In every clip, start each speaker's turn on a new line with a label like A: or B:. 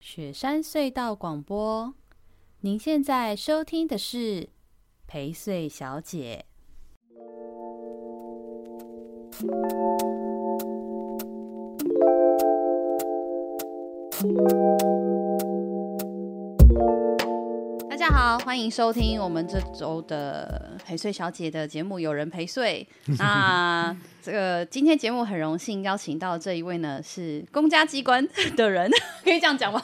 A: 雪山隧道广播。您现在收听的是《陪睡小姐》。大家好，欢迎收听我们这周的陪睡小姐的节目《有人陪睡》。那这个今天节目很荣幸邀请到这一位呢，是公家机关的人， 可以这样讲吗？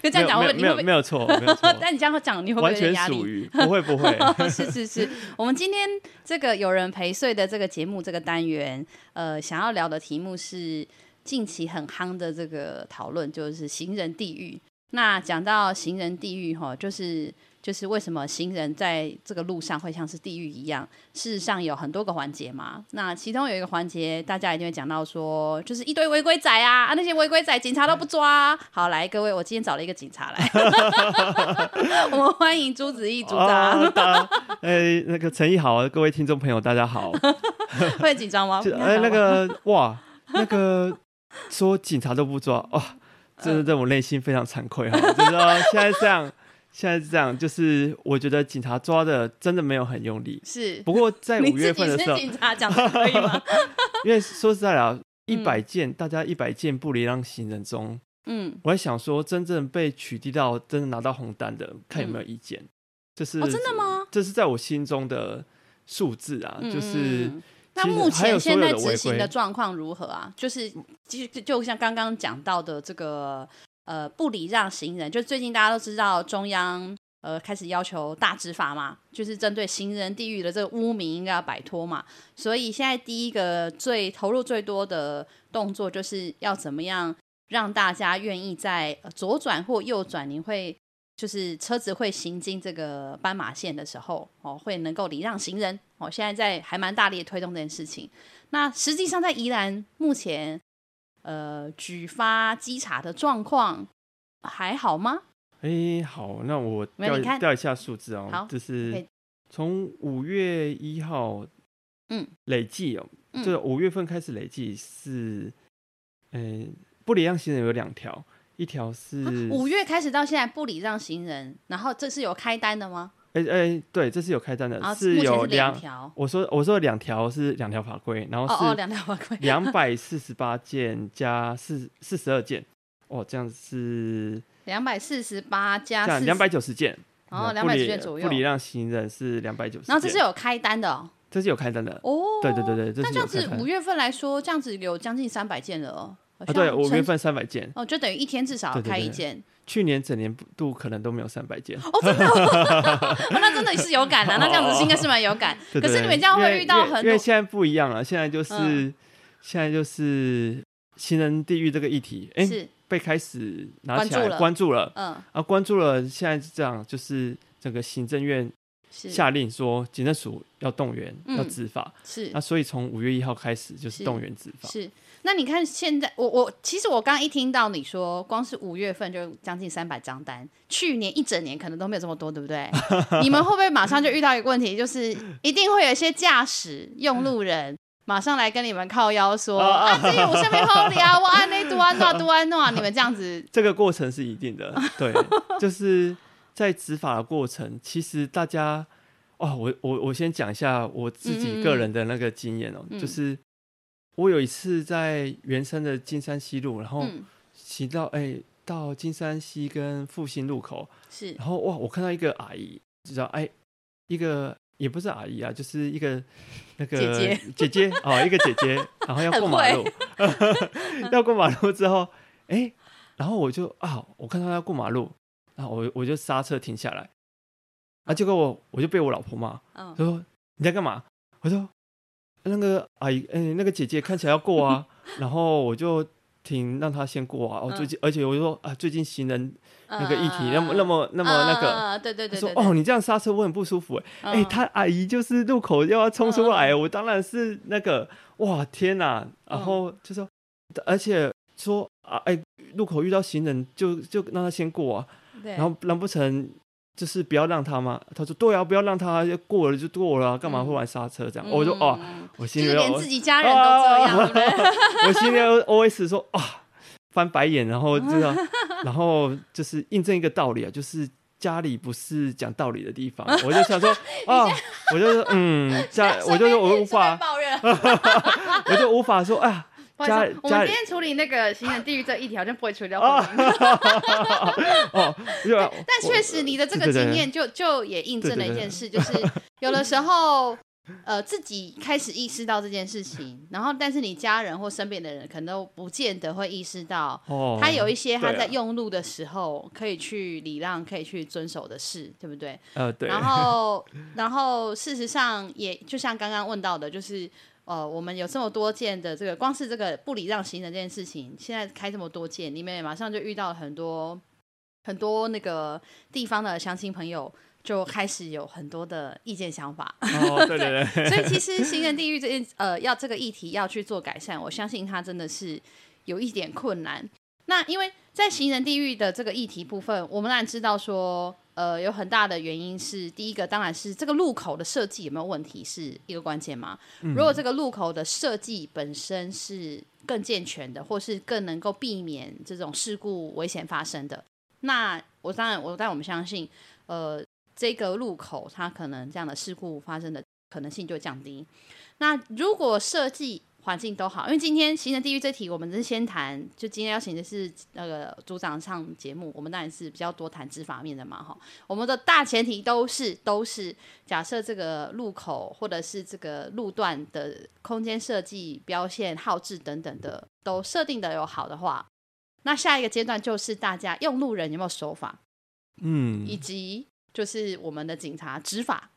A: 可以 这样讲，会不会，
B: 没有没有没有错，没有错
A: 但你这样讲，你会不会
B: 完
A: 有点
B: 全
A: 压力
B: 属？于不 会不会，
A: 是是是，我们今天这个有人陪睡的这个节目这个单元，呃，想要聊的题目是近期很夯的这个讨论，就是行人地狱。那讲到行人地狱哈，就是就是为什么行人在这个路上会像是地狱一样？事实上有很多个环节嘛。那其中有一个环节，大家一定会讲到说，就是一堆违规仔啊，啊那些违规仔警察都不抓、啊。好，来各位，我今天找了一个警察来， 我们欢迎朱子毅组长。
B: 啊大哎，那个陈毅好啊，各位听众朋友大家好，
A: 会紧张吗？
B: 就哎那个哇，那个说警察都不抓
A: 呃
B: 哇，真的让我内心非常惭愧哈，就是说现在这样， 现在是这样，就是我觉得警察抓的真的没有很用力，
A: 是
B: 不过在
A: 你
B: 五
A: 自
B: 月
A: 己
B: 份的
A: 是
B: 时候，
A: 警嗯察讲的可以 吗？
B: 因为说实在啊，一百件大家一百件不礼让行人中。
A: 嗯，
B: 我在想说，真正被取缔到，真的拿到红单的，看有没有意见。这是、
A: 嗯哦，真的？吗？
B: 这是在我心中的数字啊，
A: 嗯
B: 就是
A: 嗯嗯那
B: 其实
A: 目
B: 还
A: 前
B: 有所
A: 现
B: 有
A: 在
B: 的
A: 执
B: 违
A: 行
B: 规
A: 的状况如何啊？就是就就像刚刚讲到的这个呃不礼让行人，就最近大家都知道中央呃开始要求大执法嘛，就是针对行人地狱的这个污名应该要摆脱嘛。所以现在第一个最投入最多的动作就是要怎么样让大家愿意在呃左转或右转，你会就是车子会行经这个斑马线的时候，哦，会能够礼让行人。哦，现在在还蛮大力地推动这件事情。那实际上在宜兰目前，呃，举发稽查的状况还好吗？
B: 哎、好，那我
A: 没有
B: 调
A: 你看
B: 调一下数字哦、
A: 好
B: 就
A: 可
B: 是
A: 以
B: 从五月一号，
A: 嗯，
B: 累计哦、
A: 嗯
B: 这五月份开始累计是，嗯、不礼让行人有两条，一条是
A: 啊五月开始到现在不礼让行人，然后这是有开单的吗？
B: 哎哎、对，呃这是有开单的
A: 然，后啊目前
B: 有
A: 是
B: 两
A: 两，条，
B: 我说我说两条是两条法规，然后
A: 哦
B: 是
A: 哦，两 条法规，
B: 两百四十八件加四四十二件，哦，这样是
A: 两百四十八加
B: 这样
A: 四
B: 两百，九十件，
A: 哦，
B: 那
A: 两
B: 不
A: 百
B: 礼
A: 十件左右
B: 不。礼让行人是两百九十。
A: 然后这是有开单的哦，
B: 这是有开单的，
A: 哦
B: 对对对对，
A: 那这样
B: 是
A: 子
B: 有开单
A: 五月份来说，这样子有将近三百件了哦。好
B: 啊，
A: 像
B: 对，五
A: 甚
B: 月
A: 至
B: 份三百件，
A: 哦，就等于一天至少
B: 对对
A: 开一
B: 对
A: 件。
B: 去年整年度可能都没有三百件。
A: 哦，真的、哦哦那真的是有感啊，那这样子应该是蛮有 感。
B: 对
A: 可是
B: 对对
A: 你们这样
B: 因
A: 会
B: 为
A: 遇到
B: 因为
A: 很
B: 因
A: 多
B: 为现在不一样了，现在就是
A: 嗯
B: 现在就是行人地狱这个议题，哎，
A: 是
B: 被开始拿
A: 关
B: 起
A: 注
B: 来
A: 了
B: 关注了
A: 嗯
B: 啊，关注了，现在是这样，就是整个行政院
A: 是
B: 下令说，警政署要动员，
A: 嗯
B: 要执法。
A: 是
B: 那所以从五月一号开始就是
A: 是
B: 动员执法。
A: 是。那你看现在，我我其实我刚一听到你说，光是五月份就将近三百张单，去年一整年可能都没有这么多，对不对？ 你们会不会马上就遇到一个问题，就是一定会有一些驾驶用路人。马上来跟你们靠腰说
B: 啊
A: 啊，这里我下面后里啊，我按那读安诺读安诺，你们这样子
B: 这个过程是一 定的，对，就是在执法的过程，其实大家哦，我我我先讲一下我自己个人的那个经验哦，
A: 嗯嗯嗯
B: 就是我有一次在原生的金山西路，然后
A: 嗯，
B: 骑到哎、到金山西跟复兴路口，
A: 是
B: 然后哇，我看到一个阿姨，就叫哎，一个也不是阿姨啊，就是一个那个
A: 姐
B: 姐姐哦，一个姐姐，然后要过马路，要过马路 之后，哎，然后我就啊，我看到她要过马路，然后我我就刹车停下来，啊，结果我我就被我老婆骂，
A: 嗯
B: 她说你在干嘛？我说那个阿姨，哎，那个姐姐看起来要 过啊，然后我就。停，让她先过啊！我
A: 嗯
B: 最近，而且我就说啊，最近行人那个议题那么那么那么那个，
A: 啊，对呃对
B: 他
A: 对
B: 说
A: 对，：“嗯
B: 哦，你这样刹车我很不舒服。”哎，哎，他阿姨就是路口要要冲出来，我当然是那个哇天哪！然后
A: 嗯
B: 就说，而且说啊，哎，路口遇到行人就就让他先过啊，
A: 对，
B: 然后难不成就是不要让他吗？他说：“对啊，不要让他就过了就过了啊，干嘛
A: 嗯
B: 会玩刹车这样？”我就哦，
A: 嗯，就
B: 我心里
A: 是
B: 面
A: 连
B: 我哦
A: 自己家人都这样，对不对？
B: 我心里面 OS 说啊，翻白眼，然后就说然后就是印证一个道理啊，就是家里不是讲道理的地方。我就想说啊，我就说嗯，家我就说我无法，
A: 抱 怨，
B: 我就无法说啊，
C: 不好
B: 家
C: 意思，我
B: 家
C: 们
B: 里
C: 今天处理那个行人地狱这一条就不会处理掉婚 姻，
B: 哦，对吧？
A: 但确实，你的这个
B: 对对对
A: 经验就就也印证了一件 事，就是有的时候，呃，自己开始意识到这件事情，然后但是你家人或身边的人可能都不见得会意识到，
B: 哦，
A: 他有一些他
B: 对啊
A: 在用路的时候可以去礼让、可以去遵守的事，对不对？
B: 呃，对，
A: 然后， 然后事实上也就像刚刚问到的，就是呃，我们有这么多件的这个，光是这个不礼让行人这件事情，现在开这么多件，你们也马上就遇到了很多很多那个地方的乡亲朋友。就开始有很多的意见想法，
B: 哦，对对对，
A: 所以其实行人地狱这件呃要这个议题要去做改善，我相信它真的是有一点困难。那因为在行人地狱的这个议题部分，我们当然知道说，呃，有很大的原因是第一个当然是这个路口的设计有没有问题是一个关键嘛。
B: 嗯
A: 如果这个路口的设计本身是更健全的，或是更能够避免这种事故危险发生的，那我当然我但我们相信，呃，这个路口它可能这样的事故发生的可能性就降低。那如果设计环境都好，因为今天行人地狱这题，我们是先谈，就今天邀请的是那个组长上节目，我们当然是比较多谈执法面的嘛，哈。我们的大前提都是都是假设这个路口或者是这个路段的空间设计、标线、号志等等的都设定的有好的话，那下一个阶段就是大家用路人有没有守法，
B: 嗯
A: 以，及就是我们的警察执法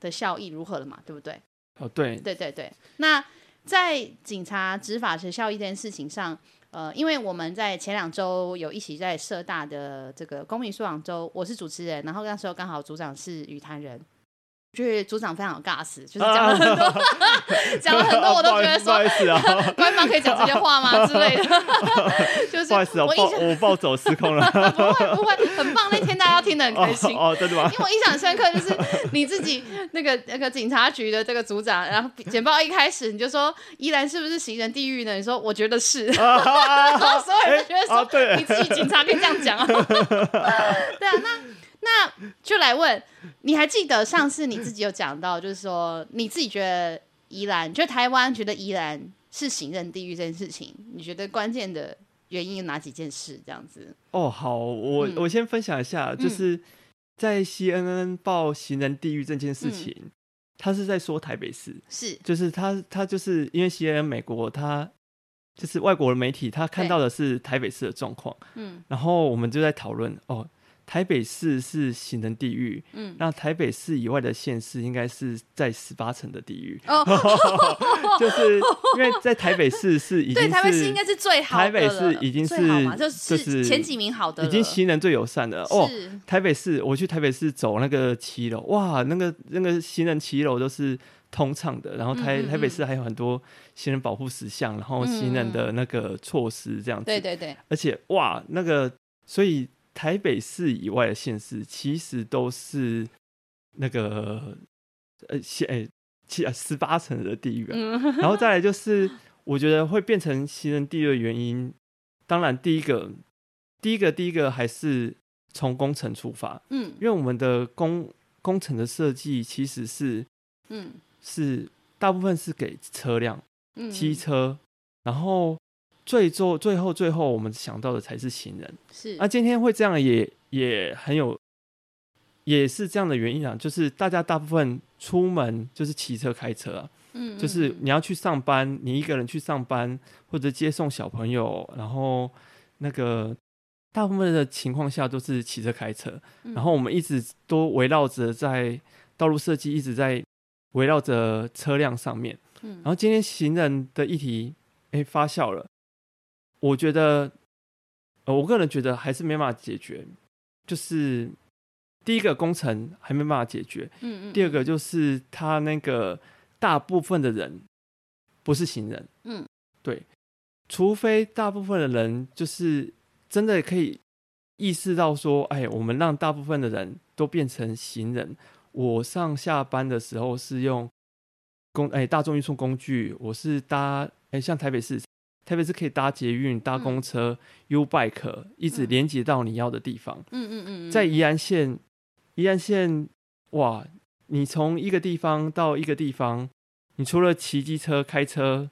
A: 的效益如何了嘛，对不对？
B: 哦，对，
A: 对对对。那在警察执法学校一件事情上，呃，因为我们在前两周有一起在社大的这个公民素养周，我是主持人，然后那时候刚好组长是语坛人。就是组长非常有 gas，就是讲了很多， 讲、了很多，我都觉得
B: 啊 不好
A: 说
B: 意思啊，
A: 官方可以讲这些话吗之 类的，就是
B: 不好意思啊，
A: 我
B: 暴
A: 印象
B: 我暴走失控了，
A: 不会不会很棒，那天大家听得很
B: 哦
A: 开心。
B: 哦，真的吗
A: 因？为我印象很深刻，就是你自己那个那个警察局的这个组长，然后简报一开始你就说宜兰是不是行人地狱呢？你说我觉得 是，然
B: 啊啊啊
A: 后所有人
B: 哎
A: 觉得
B: 啊
A: 说、
B: 对
A: 你自己警察可以这样讲 啊。对啊，那那就来问，你还记得上次你自己有讲到，就是说你自己觉得宜兰，就台湾觉得宜兰是行人地狱这件事情，你觉得关键的原因有哪几件事？这样子，
B: 哦，好，我、
A: 嗯
B: 我先分享一下，就
A: 嗯
B: 是在 CNN 报行人地狱这件
A: 嗯
B: 事情，他是在说台北市，
A: 是
B: 就是他他就是因为 CNN 美国他就是外国的媒体，他看
A: 对
B: 到的是台北市的状况，
A: 嗯
B: 然后我们就在讨论哦，台北市是行人地狱，
A: 嗯
B: 那台北市以外的县市应该是在十八层的地狱，
A: 哦，
B: 就是因为 在台北市是已经
A: 对，
B: 是
A: 台北市应该是最好的了，
B: 台北市已经是
A: 最好嘛，就
B: 就是
A: 是前几名好的了，
B: 已经行人最友善的哦。
A: 是
B: 台北市，我去台北市走那个骑楼，哇，那个那个行人骑楼都是通畅的。然后台
A: 嗯嗯嗯
B: 台北市还有很多行人保护事项，然后行人的那个措施这样子。
A: 对对对，
B: 而且哇，那个所以台北市以外的县市其实都是那个呃县哎七十八层的地狱、啊。
A: 嗯，
B: 然后再来就是，我觉得会变成行人地狱的原因，当然第一个，第一个，第一个还是从工程出发，
A: 嗯
B: 因为我们的工工程的设计其实是
A: 嗯
B: 是大部分是给车辆、
A: 嗯，
B: 机车，然后最后最后最后我们想到的才是行人。
A: 是
B: 那、今天会这样也也很有，也是这样的原因啊，就是大家大部分出门就是骑车开车啊，
A: 嗯
B: 就是你要去上班，你一个人去上班或者接送小朋友，然后那个大部分的情况下都是骑车开车，
A: 嗯
B: 然后我们一直都围绕着在道路设计一直在围绕着车辆上面，
A: 嗯
B: 然后今天行人的议题哎发酵了，我觉得、呃我个人觉得还是没办法解决，就是第一个工程还没办法解决，
A: 嗯嗯，
B: 第二个就是他那个大部分的人不是行人，
A: 嗯，
B: 对，除非大部分的人就是真的可以意识到说，哎，我们让大部分的人都变成行人，我上下班的时候是用公哎大众运输工具，我是搭哎像台北市台北是可以搭捷运、搭公车、U bike，一直连接到你要的地方。
A: 嗯嗯嗯，
B: 在宜安县，宜安县，哇，你从一个地方到一个地方，你除了骑机车、开车，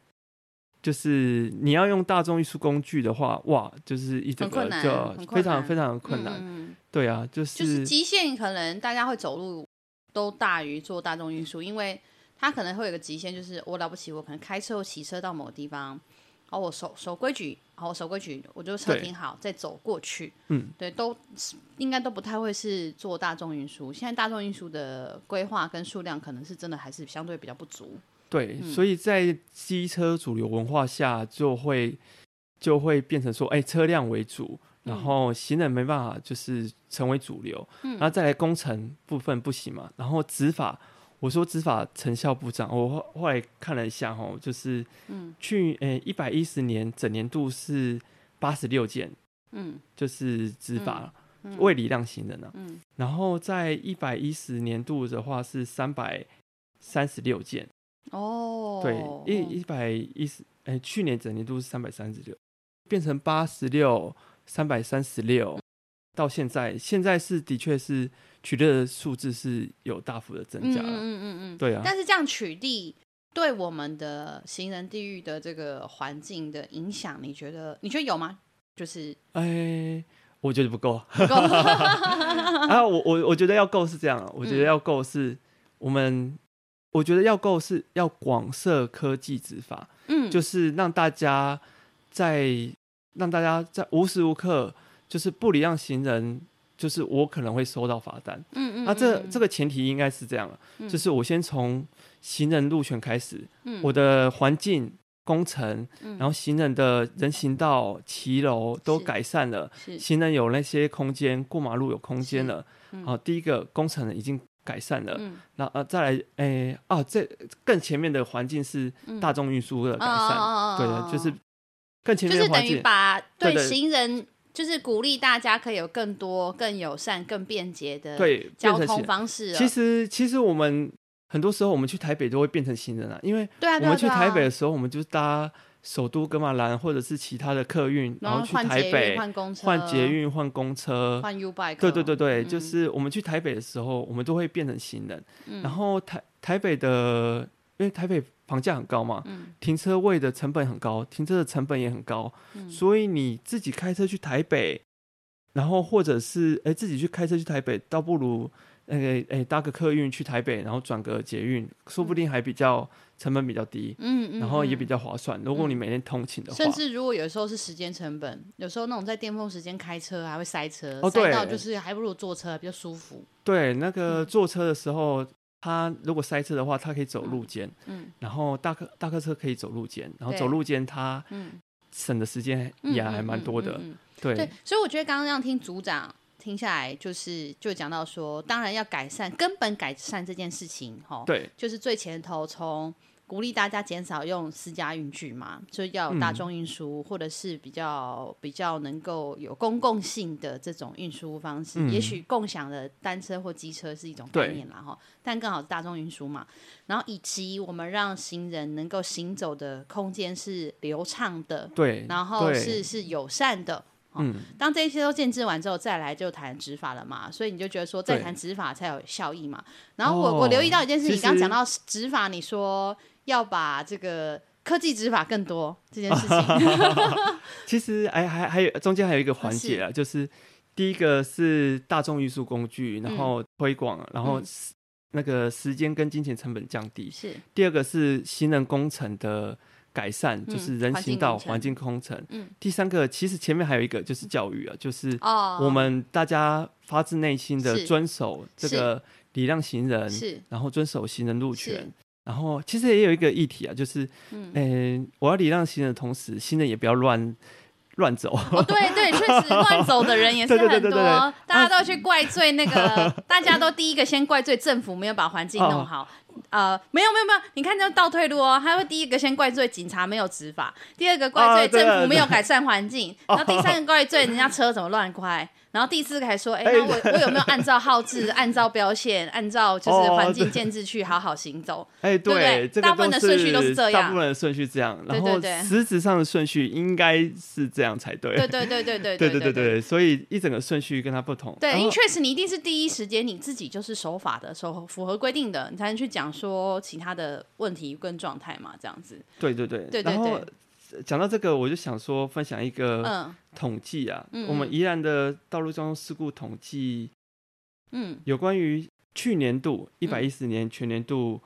B: 就是你要用大众运输工具的话，哇，就是一整
A: 很
B: 个
A: 困难很
B: 就
A: 困
B: 非
A: 难
B: 常非常困难。
A: 嗯嗯嗯
B: 对啊，就
A: 就是
B: 是
A: 极限，可能大家会走路都大于坐大众运输，因为它可能会有个极限，就是我了不起，我可能开车或骑车到某个地方，然后我守守规矩，然后我守规矩，我就车
B: 对
A: 停好再走过去。
B: 嗯，
A: 对，都应该都不太会是坐大众运输。现在大众运输的规划跟数量，可能是真的还是相对比较不足。
B: 对，
A: 嗯
B: 所以在机车主流文化下，就会就会变成说，哎、车辆为主，然
A: 嗯
B: 后行人没办法就是成为主流，
A: 嗯
B: 然后再来工程部分不行嘛，然后执法，我说执法成效不彰，我后后来看了一下哦，就是
A: 嗯
B: 去诶一百一十年整年度是八十六件，
A: 嗯
B: 就是执法、
A: 嗯
B: 未礼让行人啊，
A: 嗯
B: 然后在一百一十年度的话是三百三十六件。
A: 哦，
B: 对，一一百一十，哎，去年整年度是三百三十六，变成八十六，三百三十六，到现在，现在是的确是取得的数字是有大幅的增
A: 嗯嗯
B: 加
A: 嗯
B: 了，
A: 嗯嗯，
B: 对啊，
A: 但是这样取缔对我们的行人地狱的这个环境的影响，你觉得你觉得有吗？就是
B: 哎，我觉得不 够
A: 不 够
B: 啊，我我我觉得要够是这样啊，我觉得
A: 嗯
B: 要够是我们，我觉得要够是要广设科技执法，
A: 嗯，
B: 就是让大家在让大家在无时无刻就是不礼让行人，就是我可能会收到罚单。
A: 嗯嗯，
B: 那啊这这
A: 个
B: 个前提应该是这样了，就
A: 嗯
B: 是我先从行人路权开始，我的环境。工程，
A: 嗯
B: 然后行人的人行道、骑楼都
A: 是
B: 改善了，
A: 是
B: 行人有那些空间，过马路有空间
A: 是
B: 了。
A: 嗯
B: 好、第一个工程已经改善了，
A: 嗯
B: 那呃再来，诶啊，这更前面的环境是
A: 嗯
B: 大众运输呃的改
A: 哦
B: 善，
A: 哦哦哦
B: 对
A: 哦
B: 的，就是更前
A: 就
B: 面
A: 是
B: 的环
A: 等
B: 境，
A: 于把
B: 对对
A: 行人就是鼓励大家可以有更多、更友善、更便捷的
B: 对，变
A: 交
B: 成
A: 通
B: 行。
A: 方式了。
B: 其实其实我们很多时候我们去台北都会变成行人啊，因为
A: 对啊，
B: 我
A: 对啊
B: 们去
A: 对啊
B: 台北的时候，我们就搭首都格马兰或者是其他的客运，
A: 然
B: 后
A: 后
B: 去
A: 换
B: 台
A: 捷运
B: 北
A: 换公车、
B: 换捷、运、换公车。
A: 换 U bike。
B: 对对对对，就
A: 嗯
B: 是我们去台北的时候，我们都会变成行人。
A: 嗯
B: 然后台台北的，因为台北房价很高嘛，
A: 嗯
B: 停车位的成本很高，停车的成本也很高，
A: 嗯
B: 所以你自己开车去台北，然后或者是哎、自己去开车去台北，倒不如那个哎搭个客运去台北，然后转个捷运，说不定还比较成本比较低，
A: 嗯，嗯
B: 然后也比
A: 嗯
B: 较划算。如果你每天通勤的话，
A: 甚至如果有时候是时间成本，有时候那种在巅峰时间开车啊还会塞车，
B: 哦
A: 塞
B: 对
A: 到就是还不如坐车比较舒服。
B: 对那个坐车的时候。他如果塞车的话，他可以走路肩，
A: 嗯
B: 然后大客大客车可以走路肩，然后
A: 对
B: 走路肩他
A: 嗯，
B: 省的时间
A: 嗯
B: 也还蛮多
A: 嗯
B: 的，
A: 嗯嗯嗯
B: 对
A: 对，所以我觉得刚刚这样听组长听下来，就是就讲到说，当然要改善根本改善这件事情，哈，
B: 对
A: 就是最前头从鼓励大家减少用私家运具嘛，就要有大
B: 嗯
A: 众运输、或者是比较比较能够有公共性的这种运输方式。
B: 嗯
A: 也许共享的单车或机车是一种概
B: 对
A: 念啦哈，但更好是大众运输嘛。然后以及我们让行人能够行走的空间是流畅的，
B: 对，
A: 然后
B: 对
A: 是哦是友善的。
B: 嗯，
A: 当这些都建制完之后，再来就谈执法了嘛，所以你就觉得说再
B: 对
A: 谈执法才有效益嘛。然后我、
B: 哦
A: 我留意到一件事，
B: 其
A: 你刚刚
B: 实
A: 讲到执法，你说要把这个科技执法更多这件事 情，
B: 其实哎，还还有中间还有一个环节啊，就是第一个是大众运输工具，然后推广，然后
A: 嗯
B: 时那个时间跟金钱成本降低；
A: 是
B: 第二个是行人工程的改善，就是人行道
A: 环
B: 环
A: 境
B: 境工程。
A: 嗯
B: 第三个其实前面还有一个就是教育啊，就是
A: 哦，
B: 我们大家发自内心的
A: 是
B: 遵守这个礼让行人，
A: 哦是
B: 然后遵守行人路
A: 是
B: 权。然后其实也有一个议题啊，就是，
A: 嗯
B: 嗯、我要礼让行人的同时，行人也不要乱乱走。
A: 哦，对对，确实乱走的人也是
B: 对
A: 很多，
B: 对对对对对
A: 大家都去怪罪那个，大家都第一个先怪罪政府没有把环境弄好。呃，没有没有没有，你看这倒退路哦，他会第一个先怪罪警察没有执法，第二个怪
B: 啊
A: 罪
B: 对
A: 政
B: 啊
A: 府没有改善环境，然后第三个怪罪人家车怎么乱开，然后第四个还说，哎、
B: 哎
A: 那我我有没有按照号志、按照标线、按照就是
B: 哦
A: 环境
B: 对
A: 建制去好好行走？
B: 哎，
A: 对不对
B: 这个
A: 大部分的顺序都
B: 是
A: 是这样
B: 大部分的顺序这样，然
A: 对
B: 后
A: 对对
B: 实质上的顺序应该是这样才对。
A: 对对对对对
B: 对
A: 对
B: 对
A: 对。
B: 对，所以一整个顺序跟它不同。
A: 对，
B: 然
A: 因
B: 后
A: 为确实你一定是第一时间你自己就是守法的，守符合规定的，你才能去讲说其他的问题跟状态嘛，这样子。
B: 对对对，
A: 对对
B: 然后
A: 对
B: 呃讲到这个，我就想说分享一个
A: 嗯
B: 统计啊，
A: 嗯
B: 我们
A: 嗯
B: 宜兰的道路交通事故统计
A: 嗯
B: 有关于去年度一百一十年全年度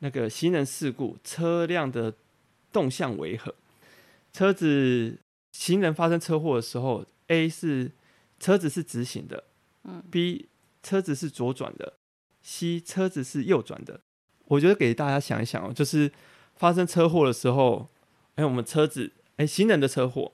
B: 那个行人事故车辆的动向为何？车子行人发生车祸的时候，A 是车子是直行的
A: 嗯
B: ，B 车子是左转的，C 车子是右转的。我觉得给大家想一想哦，就是发生车祸的时候，哎、我们车子，哎、行人的车祸，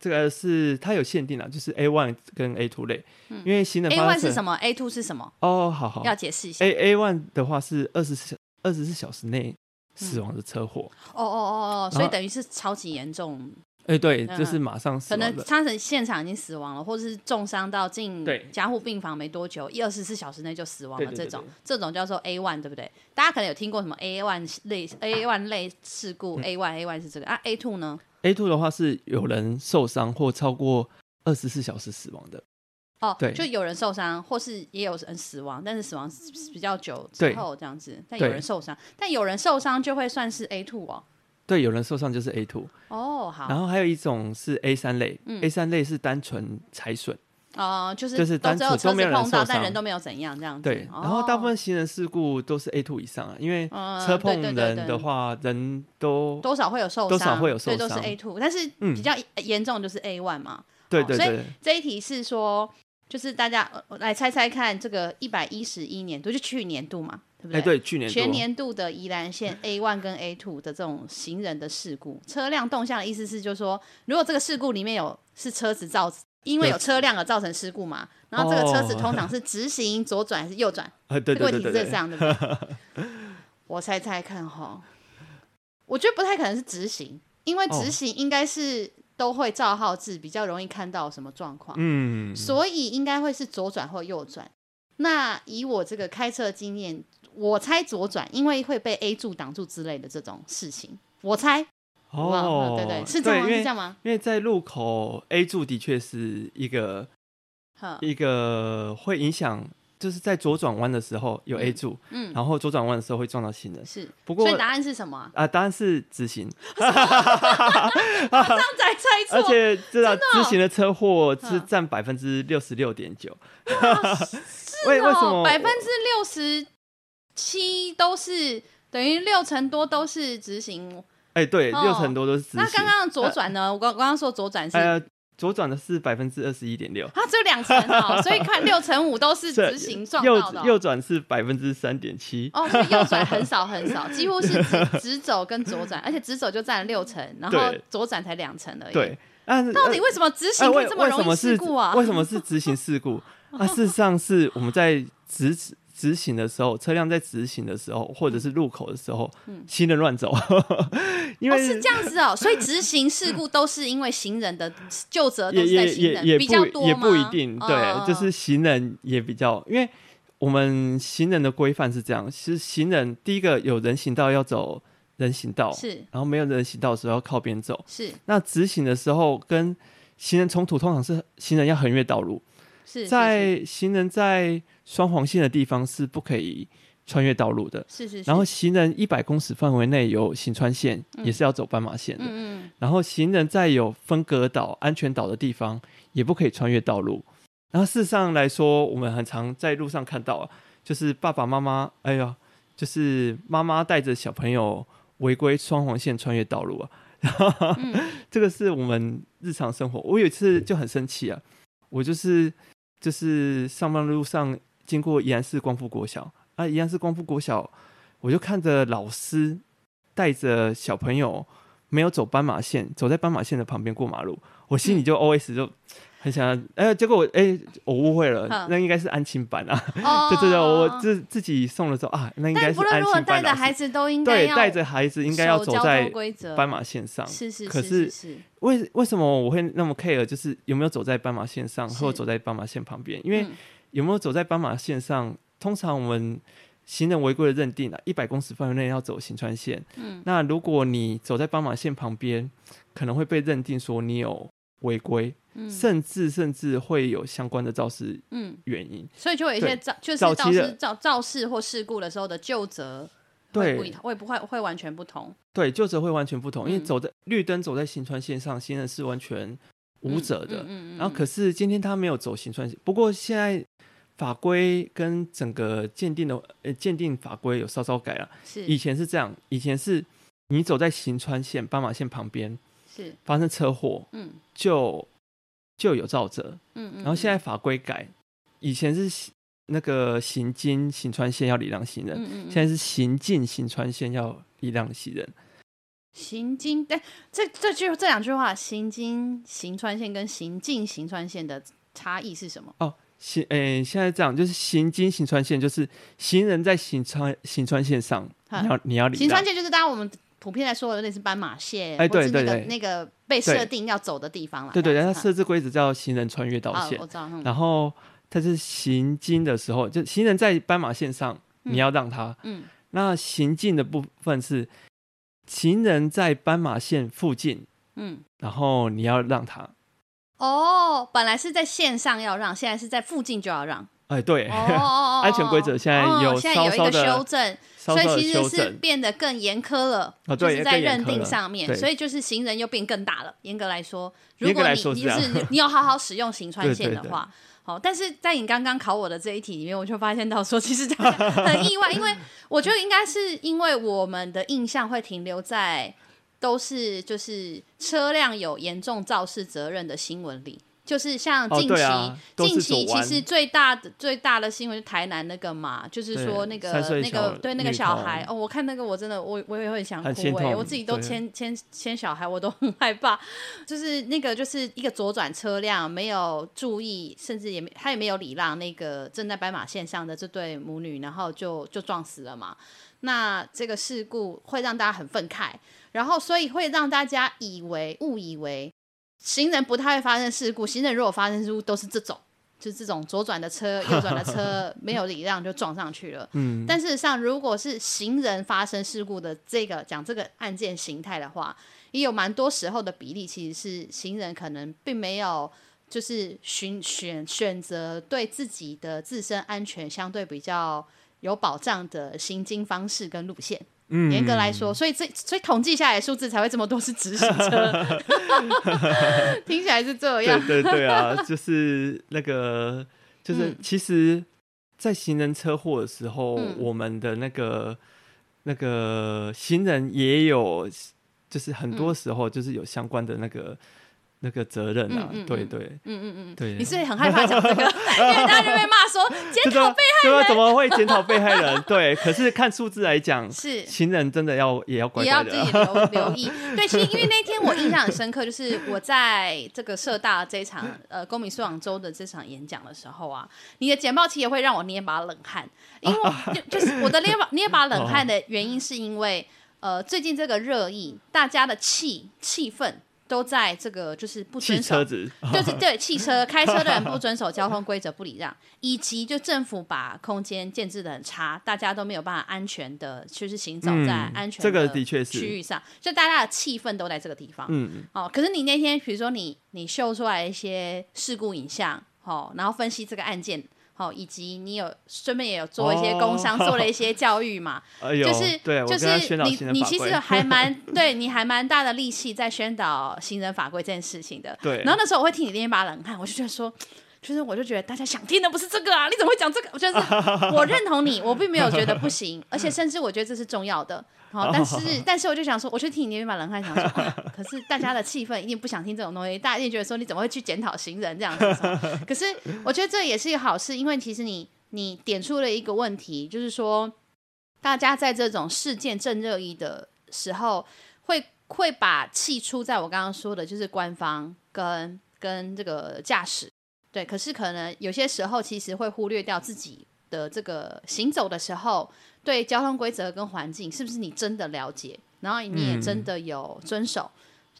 B: 这个是它有限定啊，就是 A one 跟 A two 类，
A: 嗯
B: 因为行人
A: ，A
B: 发
A: one
B: 生车
A: 是什么？A two 是什么？
B: 哦，好好
A: 要解释一下。
B: ，A A one 的话是二十四二十四小时
A: 嗯
B: 内死亡的车祸，
A: 哦哦哦哦，所
B: 然
A: 以
B: 后
A: 等于是超级严重，
B: 哎、对，
A: 嗯
B: 就是马上死
A: 可能
B: 亡的，
A: 他是现场已经死亡了，或者是重伤到进
B: 对
A: 加护病房没多久，一二十四小时内就死亡了。
B: 对对
A: 这
B: 对
A: 种
B: 对
A: 这种叫做 A one，对不对？大家可能有听过什么 A one 类 A one 类事故，A
B: 嗯
A: one A one 是这个啊，A two 呢？
B: A two 的话是有人受伤或超过二十四小时死亡的，
A: 哦，
B: 对
A: 就有人受伤，或是也有人死亡，但是死亡是是比较久之
B: 对
A: 后这样子，但
B: 对
A: 有人受伤，但有人受伤就会算是 A two 哦。
B: 对，有人受伤就是 A two，
A: 哦，好
B: 然，后还有一种是 A 三类、
A: 嗯
B: a 三类是单纯财损，
A: 哦、就是
B: 就是
A: 都
B: 单
A: 只
B: 纯
A: 有
B: 都
A: 车子
B: 没有人
A: 碰到，
B: 受
A: 但
B: 伤
A: 人都没有怎样这样子。
B: 对，然后大部
A: 哦
B: 分行人事故都是 A two 以上啊，因为
A: 嗯对
B: 车
A: 对
B: 碰
A: 对
B: 人
A: 对
B: 的话，人都
A: 多少会有受伤，
B: 多少会有受
A: 对，都是
B: 伤
A: A two，但是
B: 嗯
A: 比较严重的就是 A one 嘛。
B: 对
A: 哦
B: 对
A: 所以
B: 对，
A: 这一题是说，就是大家呃呃来猜猜看，这个一百一十一年度就去年度嘛，对不
B: 哎、
A: 对？
B: 对，去年
A: 全
B: 多
A: 年度的宜兰县 A one 跟 A two 的这种行人的事故，车辆动向的意思是，就是说，如果这个事故里面有是车子造，因为
B: 有
A: 有车辆而造成事故嘛，然后这个车子
B: 哦
A: 通常是直行、左转还是右转？
B: 啊，
A: 这
B: 对
A: 个
B: 对
A: 问
B: 对
A: 题
B: 对
A: 是
B: 对
A: 这，样的吧？我猜猜看哈，我觉得不太可能是直行，因为
B: 哦
A: 直行应该是都会照号制，比较容易看到什么状况，
B: 嗯，
A: 所以应该会是左转或右转。那以我这个开车经验，我猜左转，因为会被 A 柱挡住之类的这种事情，我猜，好不好
B: 哦，
A: 对对，是这样吗？
B: 因
A: 是
B: 为
A: 这样吗？
B: 因为在路口 A 柱的确是一个
A: 好，
B: 一个会影响，就是在左转弯的时候有 A 柱，
A: 嗯，
B: 然后左转弯的时候会撞到行人。
A: 是。
B: 不过
A: 所以答案是什么啊？
B: 啊，答案是直行，
A: 这样才猜
B: 而
A: 错，
B: 且知道
A: 真的哦
B: 直行的车祸是
A: 嗯啊
B: 占百分之六十六点九。
A: 是
B: 为为什
A: 哦，
B: 么
A: 百分之六十七都是等于六成多都是直行。
B: 哎，对，
A: 哦
B: 六成多都是直行。
A: 那刚刚的左转呢？我刚刚刚说左转是、
B: 呃，左转的是百分之二十一点六，
A: 它只有两成哦，所以看六成五都是直行撞
B: 右
A: 到的
B: 右
A: 哦。
B: 转是百分之三点七。
A: 哦，所以右转很少很少，几乎是直直走跟左转，而且直走就占了六成，然后
B: 对
A: 左转才两成而已。，
B: 对，但是
A: 到底为什么直行
B: 哎
A: 会
B: 为
A: 这么
B: 为什
A: 容易
B: 么
A: 事
B: 是
A: 故啊？
B: 为什么是执行事 故？啊，事实上是我们在执执行的时候，车辆在执行的时候，或者是路口的时候，行人乱走， 因
A: 嗯哦，
B: 为、
A: 是这样子哦，所以执行事故都是因为行人的就责都
B: 也
A: 是在
B: 也
A: 行
B: 也
A: 人
B: 也
A: 比较
B: 不
A: 多
B: 也
A: 吗
B: 不一定，对，
A: 嗯
B: 就是行人也比较，因为我们行人的规范是这样，是行人第一个有人行道要走人行道，
A: 是
B: 然后没有人行道的时候要靠边走，
A: 是
B: 那执行的时候跟行人冲突，通常是行人要横越道路。
A: 是是
B: 在行人在双黄线的地方是不可以穿越道路的。
A: 是是，
B: 然后
A: 是
B: 行人一百公尺范围内有行穿线，也是要走斑马线的。
A: 嗯嗯。
B: 然后行人在有分隔岛、安全岛的地方，也不可以穿越道路。然后事实上来说，我们很常在路上看到啊，就是爸爸妈妈，哎呀，就是妈妈带着小朋友违规双黄线穿越道路啊。 这个是我们日常生活。我有一次就很生气啊，我就是就是上班路上经过宜兰市光复国小啊，宜兰市光复国小，我就看着老师带着小朋友没有走斑马线，走在斑马线的旁边过马路，我心里就 OS 就很想要，哎、结果我哎、我误会了
A: 嗯，
B: 那应该是安亲班啊，
A: 哦
B: 就这个我自自己送的时候啊，那应该
A: 但
B: 是
A: 不论
B: 安
A: 如何
B: 亲
A: 带
B: 班
A: 着
B: 老
A: 孩
B: 师，
A: 子都应该
B: 对，
A: 要
B: 带着孩子应该要
A: 守
B: 走
A: 交通
B: 在
A: 规则
B: 斑马线上，
A: 是是
B: 可
A: 是
B: 是
A: 是，
B: 为为什么我会那么 care？就是有没有走在斑马线上，
A: 是
B: 或者走在斑马线旁边？因为
A: 嗯
B: 有没有走在斑马线上，通常我们行人违规的认定啊，一百公尺范围内要走行穿线。
A: 嗯，
B: 那如果你走在斑马线旁边，可能会被认定说你有违规，
A: 嗯
B: 甚至甚至会有相关的肇事
A: 嗯，
B: 原因。
A: 所以就有一些肇就是
B: 早
A: 肇
B: 期
A: 事
B: 的
A: 肇肇事或事故的时候的旧责会
B: 对
A: 不一会不会会完全不同，
B: 对，就责会完全不同，因为
A: 嗯
B: 走在绿灯走在行穿线上，行人是完全无
A: 嗯
B: 责的。
A: 嗯嗯嗯
B: 然后
A: 嗯
B: 可是今天他没有走行算线，不过现在法规跟整个鉴定的呃鉴定法规有稍稍改了。以
A: 是
B: 前是这样，以前是你走在行穿线、斑马线旁边
A: 是
B: 发生车祸
A: 嗯
B: 就就有照责，
A: 嗯嗯，
B: 然后现
A: 在
B: 在法规改，以前是行那个行经行穿线要礼让行人，
A: 嗯嗯嗯
B: 现在是行进行穿线要礼让行人。
A: 行经，但这这句这两句话，行经行川线跟行进行川线的差异是什么？
B: 哦，行，诶、现在这样就是行经行穿线，就是行人在行穿行穿线上，
A: 哈
B: 你要你要礼
A: 行
B: 让
A: 川。线就是大家我们普遍在说的类似斑马线，
B: 哎
A: 或是
B: 对
A: 那个
B: 对对
A: 那个被
B: 对
A: 设定要走的地方了。
B: 对对，
A: 这
B: 对它
A: 样子
B: 设置规则叫行人穿越道
A: 啊，
B: 线，
A: 我知道，嗯
B: 然后它是行经的时候，就行人在斑马线上，
A: 嗯
B: 你要让他。
A: 嗯
B: 那行进的部分是行人在斑马线附近，
A: 嗯。
B: 然后你要让他。
A: 哦，本来是在线上要让，现在是在附近就要让。
B: 哎，对，
A: 哦哦哦，
B: 安全规则现在有
A: 哦现在有一
B: 稍稍
A: 个
B: 地
A: 修正，
B: 稍
A: 所以
B: 稍的
A: 其
B: 修
A: 实是
B: 正。
A: 变得更严苛了，
B: 哦
A: 就
B: 对
A: 是在
B: 更严苛
A: 认定
B: 了
A: 上面，
B: 对
A: 所以就是行人又变更大了。严格来说，如
B: 严格
A: 果
B: 来
A: 你
B: 说
A: 你
B: 是这
A: 是
B: 样
A: 你有好好使用行川
B: 对
A: 线
B: 对
A: 的
B: 对
A: 话，好，但是在你刚刚考我的这一题里面，我就发现到说，其实大家很意外，因为我觉得应该是因为我们的印象会停留在都是就是车辆有严重肇事责任的新闻里。就是像
B: 哦
A: 近期，
B: 对啊都
A: 近
B: 是
A: 期
B: 左
A: 其
B: 弯
A: 实最大的最大的新闻是台南那个嘛，就是
B: 对
A: 说那个
B: 三岁
A: 那
B: 小
A: 个对那个
B: 女
A: 小
B: 童
A: 孩哦，我看那个我真的我我也会想哭
B: 很心
A: 哎、
B: 痛
A: 我自己都
B: 对
A: 牵牵牵小孩，我都很害怕。就是那个就是一个左转车辆没有注意，甚至也没他也没有礼让那个正在斑马线上的这对母女，然后就就撞死了嘛。那这个事故会让大家很愤慨，然后所以会让大家以为误以为行人不太会发生事故，行人如果发生事故都是这种，就是这种左转的车、右转的车 没有礼让就撞上去了。
B: 嗯，
A: 但事实上，如果是行人发生事故的这个讲这个案件形态的话，也有蛮多时候的比例其实是行人可能并没有就是选选选择对自己的自身安全相对比较有保障的行经方式跟路线。
B: 嗯
A: 严格来说，所以这所以统计下来数字才会这么多是直行 车，听起来是这样。
B: 对对 对啊，就是那个，就是
A: 嗯
B: 其实，在行人车祸的时候，
A: 嗯
B: 我们的那个那个行人也有，就是很多
A: 嗯
B: 时候就是有相关的那个那个责任啊。
A: 嗯嗯嗯
B: 对对
A: 嗯嗯嗯，
B: 对，
A: 你是不是很害怕讲这个，因 为大家就被骂说
B: 这
A: 检
B: 个
A: 讨被
B: 对啊，怎么会检讨被 害人？对，可是看数字来讲，
A: 是
B: 行人真的要也要乖
A: 也
B: 乖
A: 要自
B: 的
A: 己
B: 啊。
A: 留留 意。对，其实因为那天我印象很深刻，就是我在这个社大这一场呃公民素养周的这场演讲的时候啊，你的简报期也会让我捏把冷汗，因为
B: 啊
A: 就就是我的捏 把捏把冷汗的原因是因为
B: 哦
A: 呃最近这个热议，大家的气气氛都在这个就是不
B: 汽
A: 遵守
B: 车子，
A: 就是对汽车开车的人不遵守交通规则不礼 让，以及就政府把空间建制的很差，大家都没有办法安全的，就是行走在
B: 嗯
A: 安全
B: 这个的确是
A: 区域上，就大家的气氛都在这个地方。
B: 嗯，
A: 哦，可是你那天比如说你你秀出来一些事故影像，哦，然后分析这个案件。哦，以及你有顺便也有做一些工商，
B: 哦
A: 做了一些教育嘛，
B: 哎呦，
A: 就是
B: 对我
A: 就
B: 跟
A: 是
B: 他宣导行
A: 你
B: 人
A: 你
B: 法
A: 其
B: 规
A: 实， 还蛮对你还蛮大的力气在宣导行人法规这件事情的。
B: 对
A: 然后那时候我会替你捏一把冷汗，我就觉得说。就是我就觉得大家想听的不是这个啊，你怎么会讲这个？我就是我认同你，我并没有觉得不行，而且甚至我觉得这是重要的。好，但 是但是我就想说，我就替你捏一把冷汗，想说、啊可是大家的气氛一定不想听这种东西，大家一定觉得说你怎么会去检讨行人这样子什么？可是我觉得这也是一个好事，因为其实你你点出了一个问题，就是说大家在这种事件正热议的时候，会会把气出在我刚刚说的，就是官方跟跟这个驾驶。对，可是可能有些时候其实会忽略掉自己的这个行走的时候，对交通规则跟环境是不是你真的了解，然后你也真的有遵守，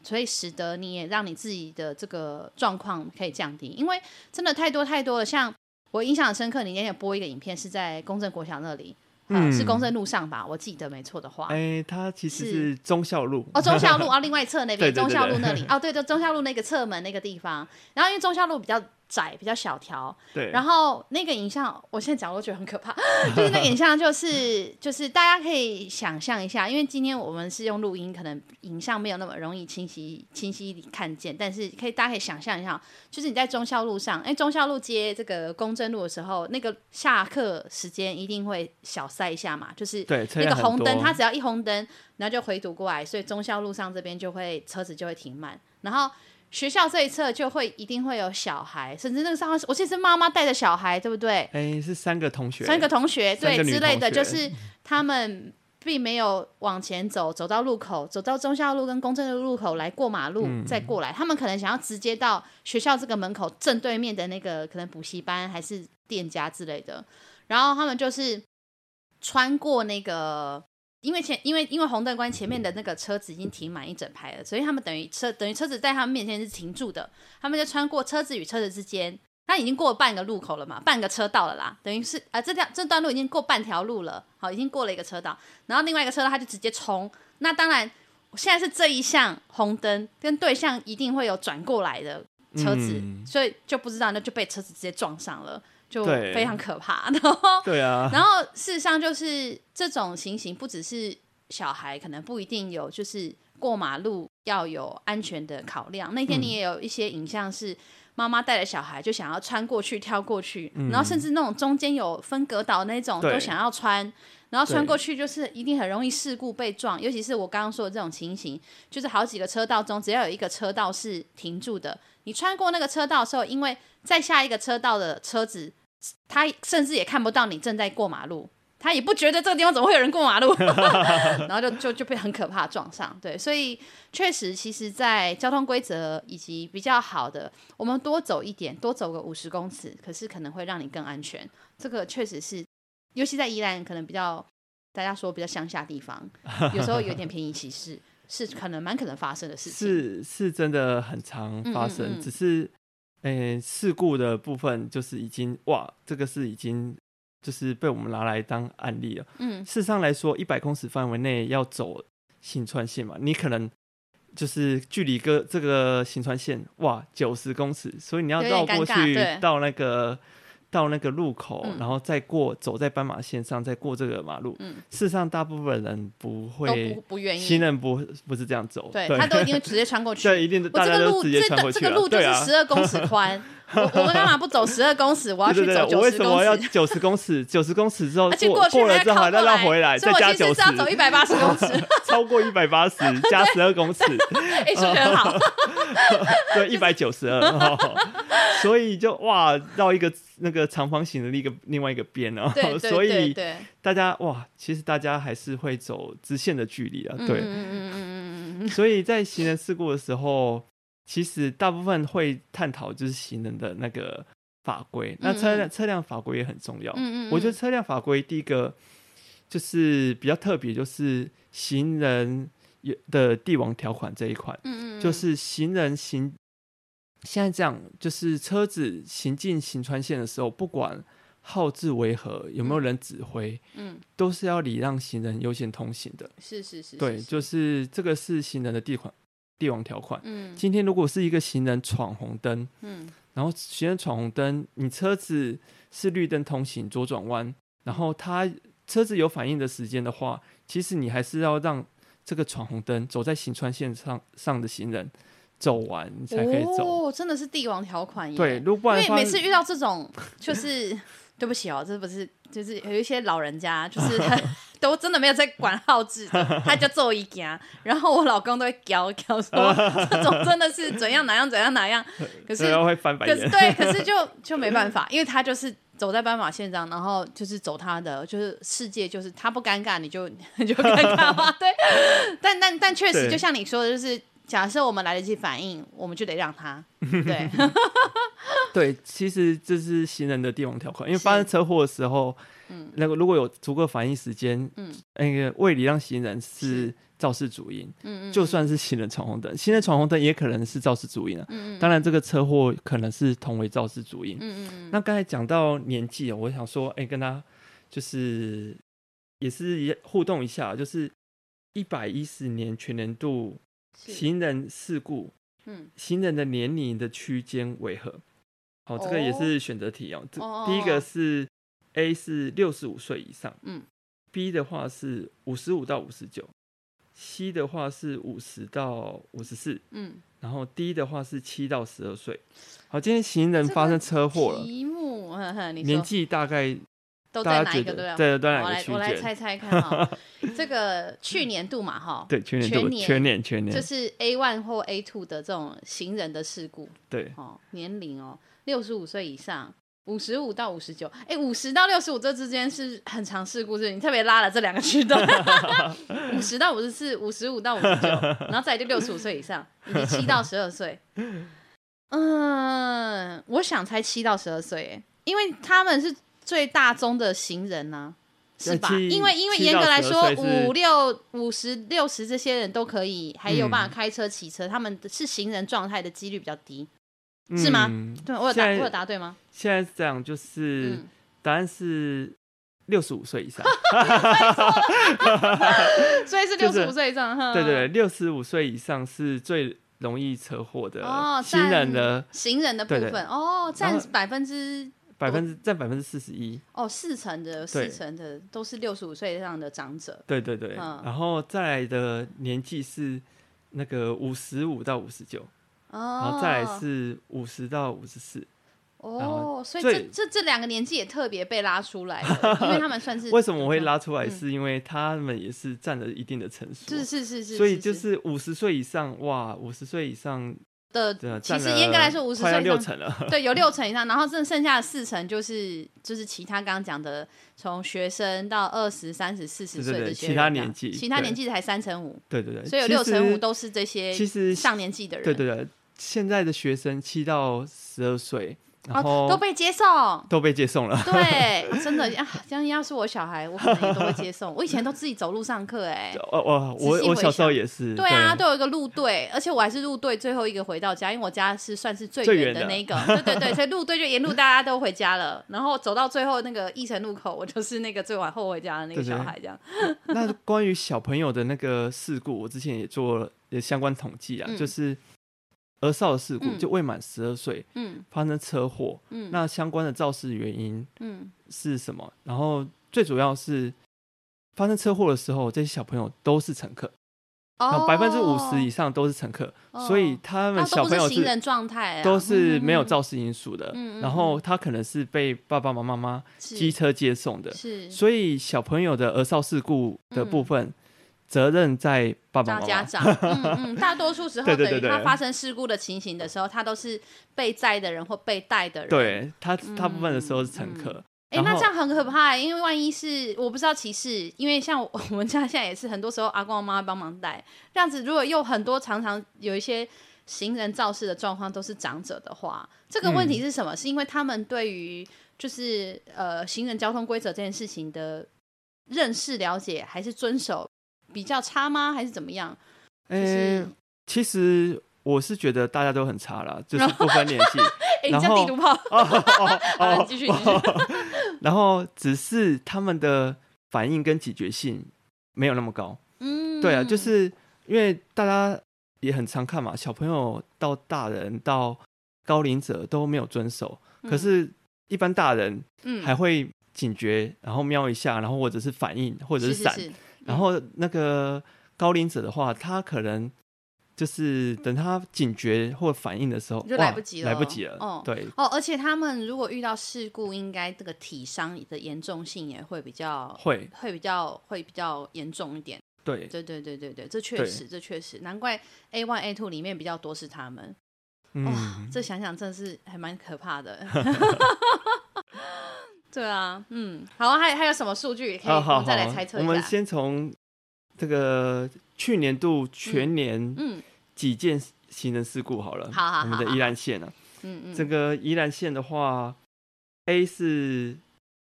A: 所以使得你也让你自己的这个状况可以降低。因为真的太多太多了，像我印象很深刻，你那天有播一个影片是在公正国小那里，嗯，
B: 嗯
A: 是公正路上吧？我记得没错的话，
B: 哎，它其实
A: 是
B: 是忠孝路
A: 哦，忠孝路啊，另外一侧那边，
B: 对对对
A: 忠孝路那 里，哦，对对，忠孝路那个侧门那个地方。然后因为忠孝路比较窄，比较小条，
B: 对，
A: 然后那个影像，我现在讲我都觉得很可 怕，就是那个影像，就是就是大家可以想象一下，因为今天我们是用录音，可能影像没有那么容易清晰清晰地看见，但是可以大家可以想象一下，就是你在忠孝路上，哎，忠孝路接这个公正路的时候，那个下课时间一定会小塞一下嘛，就是
B: 对车
A: 那个
B: 辆很
A: 红灯，
B: 多
A: 它只要一红灯，然后就回堵过来，所以忠孝路上这边就会车子就会停慢，然后学校这一侧就会一定会有小孩，甚至那个上我记得是妈妈带着小孩，对不对？
B: 哎是三个同学，
A: 三个同学
B: 三
A: 对
B: 个女
A: 之类的，
B: 同学
A: 就是他们并没有往前走，走到路口，走到忠孝路跟公正路路口来过马路，再过来，他们可能想要直接到学校这个门口正对面的那个可能补习班还是店家之类的，然后他们就是穿过那个。因为前因为因为红灯关前面的那个车子已经停满一整排了，所以他们等于车等于车子在他们面前是停住的，他们就穿过车子与车子之间，他已经过了半个路口了嘛，半个车道了啦，等于是啊、这条这段路已经过半条路了，好，已经过了一个车道，然后另外一个车道他就直接冲，那当然现在是这一项红灯跟对向一定会有转过来的车子，
B: 嗯
A: 所以就不知道那就被车子直接撞上了，就
B: 对
A: 非常可怕，然后
B: 对啊，
A: 然后事实上就是这种情形，不只是小孩可能不一定有，就是过马路要有安全的考量。那天你
B: 嗯
A: 也有一些影像是妈妈带着小孩就想要穿过去、跳过去，然后甚至那种中间有分隔岛那种
B: 嗯对
A: 都想要穿。然后穿过去就是一定很容易事故被撞，尤其是我刚刚说的这种情形，就是好几个车道中只要有一个车道是停住的，你穿过那个车道的时候，因为在下一个车道的车子他甚至也看不到你正在过马路，他也不觉得这个地方怎么会有人过马路， 然后就就就被很可怕撞上。对，所以确实，其实，在交通规则以及比较好的，我们多走一点，多走个五十公尺，可是可能会让你更安全。这个确实是，尤其在宜兰，可能比较大家说比较乡下地方，有时候有点便宜歧视，是可能蛮可能发生的事情。
B: 是是真的很常发生，
A: 嗯嗯嗯
B: 只是，诶、事故的部分就是已经哇，这个是已经就是被我们拿来当案例了。
A: 嗯，
B: 事实上来说，一百公尺范围内要走行川线嘛，你可能就是距离个这个行川线哇九十公尺，所以你要
A: 有
B: 绕
A: 点
B: 过
A: 尴尬
B: 去
A: 对
B: 到那个到那个路口，
A: 嗯
B: 然后再过走在斑马线上，再过这个马路。
A: 嗯
B: 事实上，大部分人不
A: 都
B: 会
A: 不。不愿
B: 新
A: 意，
B: 人不不是这样走，
A: 对他都一定会直接穿过去。
B: 对，一定
A: 我
B: 大
A: 这
B: 家
A: 个
B: 都
A: 路
B: 直接
A: 这
B: 穿
A: 个
B: 过
A: 这
B: 去
A: 个
B: 了，
A: 路就
B: 对
A: 是
B: 啊
A: 十，二公尺宽，我我干嘛不走十二公尺？我要
B: 对
A: 去
B: 对
A: 走
B: 对，我
A: 九
B: 为
A: 十
B: 什么要
A: 公尺。
B: 九十公尺？九十公尺之 后
A: 而且
B: 过
A: 去
B: 了
A: 人
B: 之
A: 家
B: 后
A: 靠
B: 还再绕回来，
A: 所
B: 再
A: 以我
B: 加
A: 其
B: 九
A: 实
B: 十
A: 是，要走一百八十公尺。
B: 超过一百 八十加十二公尺，
A: 哎，数学很 好，
B: 对，一百九十 二。哦所以就哇，绕一个那个长方形的另一个另外一个边 哦
A: 对，
B: 所
A: 对对
B: 以
A: 对，
B: 大家哇，其实大家还是会走直线的距离啊，
A: 嗯嗯
B: 对，
A: 嗯嗯嗯嗯嗯，
B: 所以在行人事故的时候，其实大部分会探讨就是行人的那个法规，那车辆车辆法规也很重要。
A: 嗯嗯嗯嗯
B: 我觉得车辆法规第一个就是比较特别，就是行人有的帝王条款这一款，
A: 嗯嗯
B: 就是行人行现在这样，就是车子行进行穿线的时候，不管号志为何，有没有人指挥，
A: 嗯
B: 都是要礼让行人优先通行的。
A: 是是是，
B: 对，就是这个是行人的地款帝王条款。
A: 嗯
B: 今天如果是一个行人闯红灯，
A: 嗯
B: 然后行人闯红灯，你车子是绿灯通行左转弯，然后他车子有反应的时间的话，其实你还是要让这个闯红灯走在行穿线上上的行人走完，你才可以走。
A: 哦，真的是帝王条款耶。
B: 对，如果不然的
A: 因为
B: 话
A: 每次遇到这种，就是对不起哦，这不是就是有一些老人家，就是 都真的没有在管号志的，他就做一家，然后我老公都会教教 说，这种真的是怎样哪样怎样哪样，可是
B: 对。会翻白
A: 可是
B: 眼，
A: 对，可是就就没办法，因为他就是走在斑马线上，然后就是走他的，就是世界，就是他不尴尬，你就 你就尴尬嘛。 对，但但但确实，
B: 对
A: 就像你说的，就是假设我们来得及反应，我们就得让 他。对，
B: 对，其实这是行人的帝王条款，因为发
A: 是
B: 生车祸的时候，
A: 嗯
B: 那个如果有足够反应时间，
A: 嗯
B: 那个未礼让行人
A: 是
B: 是肇事主因，
A: 嗯嗯，
B: 就算是行人闯红灯，行人闯红灯也可能是肇事主因啊。
A: 嗯嗯
B: 当然，这个车祸可能是同为肇事主因。
A: 嗯嗯嗯，
B: 那刚才讲到年纪哦，我想说，哎、跟他就是也是也互动一下，就是一百一十年全年度
A: 是
B: 行人事故
A: 嗯
B: 行人的年龄的区间为何？好、这个也
A: 哦
B: 是选择题哦。这
A: 哦
B: 第一
A: 哦
B: 个
A: 哦
B: 是 A 是六十五岁以上，
A: 嗯
B: ，B 的话是五十五到五十九，C 的话是五十到五十四，
A: 嗯，
B: 然后 D 的话是七到十二岁。好，今天行人
A: 这
B: 发
A: 个
B: 生车祸了，
A: 题目，呵呵，你
B: 年
A: 说
B: 纪大概
A: 都在
B: 大家
A: 哪一
B: 觉
A: 个
B: 得
A: 对啊
B: 对都在
A: 我
B: 哪个
A: 来
B: 区
A: 我来猜
B: 间？
A: 猜看 哈，这个去年度嘛哈，
B: 对，全年
A: 全
B: 度
A: 年
B: 全年全
A: 就
B: 年
A: 是 A one 或 A two 的这种行人的事故
B: 对
A: 哦，年龄哦，六十五岁以上，五十五到五十九，哎，五十到六十五这之间是很长事故，是不是你特别拉了这两个区段， 五十到五十四，五十五到五十九，然后再来就六十五岁以上，以及七到十二岁。 嗯，我想才七到十二岁，哎，因为他们是最大宗的行人呐、是吧？
B: 呃七
A: 因为因为
B: 七
A: 严格
B: 到
A: 来
B: 12
A: 说
B: 岁，是
A: 五六五十六十这些人都可以，还有
B: 嗯
A: 办法开车、骑车，他们是行人状态的几率比较低，是吗
B: 嗯
A: 对我有答
B: 现
A: 我
B: 在
A: 有答对吗？
B: 现在是这样，就是
A: 嗯，
B: 答案是六十五岁以上。
A: 嗯所以是
B: 就
A: 六
B: 是
A: 十五岁以上，哼
B: 对对 对，，六十五岁以上是最容易车祸的
A: 哦，
B: 新人
A: 占
B: 的
A: 行人的部
B: 对对
A: 分哦，占
B: 然后
A: 百分之
B: 百分之占百分之四十一，
A: 哦四成的
B: 对
A: 四成的都是六十五岁以上的长者，
B: 对对对，
A: 嗯
B: 然后再来的年纪是那个五十五到五十九，然
A: 哦，
B: 后再来是五十到五十四。然
A: 哦
B: 后，
A: 所以这
B: 最
A: 这这两个年纪也特别被拉出来 了，因为他们算是
B: 为什么我会拉出来？
A: 嗯
B: 是因为他们也是占了一定的成数，哦
A: 是是是是，
B: 所以就是五十岁以上，哇，五十岁以上
A: 的
B: 真的，
A: 其
B: 占
A: 实
B: 了
A: 应该来说50
B: 快要
A: 岁以
B: 六
A: 上
B: 成了，
A: 对，有六成以上，然后剩剩下的四成就是就是其他刚刚讲的，从学生到二十三十四十
B: 对
A: 岁
B: 对对
A: 这些
B: 其
A: 人
B: 他
A: 这样
B: 年纪
A: 其他
B: 对
A: 年纪才三成五，
B: 对对对，
A: 所以有
B: 其
A: 六成
B: 实
A: 五都是这些
B: 其实
A: 上年纪的人，
B: 对对对，现在的学生七到十二岁，然
A: 哦
B: 后
A: 都被接送。
B: 都被接送了。
A: 对，真的啊，这样要是我小孩，我可能也都会接送。我以前都自己走路上课、哎，
B: 哦哦，
A: 仔细
B: 我我
A: 回
B: 小时候
A: 想
B: 也是。
A: 对啊，都有一个路队，而且我还是路队最后一个回到家，因为我家是算是最
B: 最
A: 远
B: 远
A: 的
B: 的
A: 那 一个。对对对，所以路队就沿路大家都回家了，然后走到最后那个义城路口，我就是那个最晚后回家的那个
B: 对对
A: 小孩，这样。
B: 那关于小朋友的那个事故，我之前也做了也相关统计啊，
A: 嗯
B: 就是儿少的事故，
A: 嗯
B: 就未满十二岁
A: 嗯
B: 发生车祸，
A: 嗯
B: 那相关的肇事原因
A: 嗯
B: 是什么？然后最主要是发生车祸的时候，这些小朋友都是乘客，
A: 哦，
B: 百分之五十以上都是乘客，
A: 哦
B: 所以
A: 他
B: 他们
A: 都
B: 小
A: 不
B: 朋
A: 是
B: 友
A: 行人状态啊，
B: 都是没有
A: 照
B: 肇事因素的。
A: 嗯嗯
B: 然后他可能是被爸爸妈妈妈机车接送的，
A: 是嗯
B: 所以小朋友的儿少事故的部分，责任在爸
A: 大
B: 爸妈
A: 家
B: 妈。
A: 长，嗯嗯，大多数时候
B: 对对
A: 等于
B: 对对
A: 他发生事故的情形的时候，他都是被载的人或被带的人。，
B: 对他大部分的时候是乘客，
A: 哎、
B: 然
A: 那
B: 后
A: 这样很可怕、欸，因为万一是我不知道歧视，因为像我 我们家现在也是很多时候阿公阿妈帮忙带，这样子如果又很多常常有一些行人肇事的状况都是长者的话，这个
B: 嗯
A: 问题是什么？是因为他们对于就是呃行人交通规则这件事情的认识、了解还是遵守比较差吗？还是怎么样？
B: 诶，
A: 是
B: 其实我是觉得大家都很差啦，就是不分年纪。
A: 哎、你
B: 然
A: 这样
B: 后
A: 地图炮，
B: 哦哦
A: 好
B: 哦
A: 你继续你继续
B: 然后只是他们的反应跟警觉性没有那么高。
A: 嗯，
B: 对啊，就是因为大家也很常看嘛，小朋友到大人到高龄者都没有遵守，可是，一般大人
A: 嗯，
B: 还会警觉，然后瞄一下，然后或者是反应，或
A: 或
B: 者是闪。
A: 是
B: 然后那个高龄者的话，他可能就是等他警觉或反应的时候，
A: 就
B: 哇
A: 来不及了
B: 来不及了。
A: 哦
B: 对
A: 哦，而且他们如果遇到事故，应该这个体伤的严重性也会比较
B: 会
A: 会比较会比较严重一点。
B: 对
A: 对对对对对，这确
B: 对
A: 实这确实，难怪 A one A two 里面比较多是他们。哇、
B: 嗯，
A: 这想想真的是还蛮可怕的。 对啊，嗯，好，还还有什么数据可以
B: 啊，
A: 我
B: 好
A: 们
B: 好，
A: 再来猜测
B: 我
A: 一
B: 们
A: 下？
B: 先从这个去年度全年
A: 嗯
B: 几件行人事故好了。
A: 好好
B: 我们
A: 好
B: 的
A: 好
B: 宜兰县啊，
A: 嗯嗯，
B: 这个宜兰县的话，A 是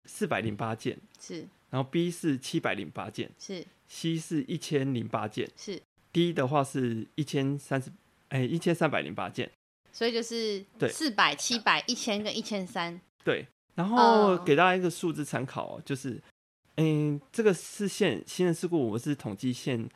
B: 四百零八件，
A: 是
B: 然后 B 是七百零八件
A: 是
B: ，C 是一千零八件
A: 是，
B: ，D 的话是一千三十，哎，一千三百零八件。
A: 所以就是
B: 对
A: 四百、七百、一千跟一千三，
B: 对，然后
A: 嗯
B: 给大家一个数字参考、哦，就是，嗯，这个是线新人事故，我们是统计线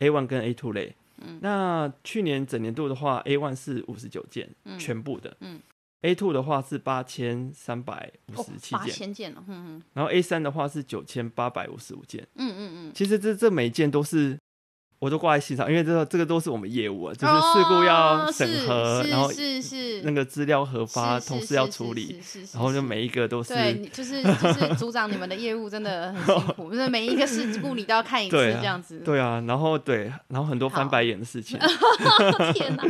B: A one 跟 A two 类。
A: 嗯
B: 那去年整年度的话，A one 是五十九件、
A: 嗯，
B: 全部的，
A: 嗯
B: a two 的话是八千三百五
A: 哦
B: 十七
A: 八
B: 件，
A: 千件了，嗯嗯
B: 然后 A 三的话是九千八百五十五件。
A: 嗯嗯嗯，
B: 其实这这每件都是。我都挂在心上，因为这个这个都是我们业务啊，就是事故要
A: 哦
B: 审
A: 是
B: 核，
A: 是
B: 然后
A: 是是
B: 那个资料核发，
A: 是
B: 同
A: 是
B: 事要
A: 是
B: 处
A: 是
B: 理，
A: 是是是
B: 然后就是每一个都是
A: 对，你就是就是组长，你们的业务真的很辛 苦，就是每一个事故你都要看一次
B: 对啊
A: 这样子。
B: 对啊，然后对，然后很多翻
A: 好
B: 白眼的事情，
A: 天哪！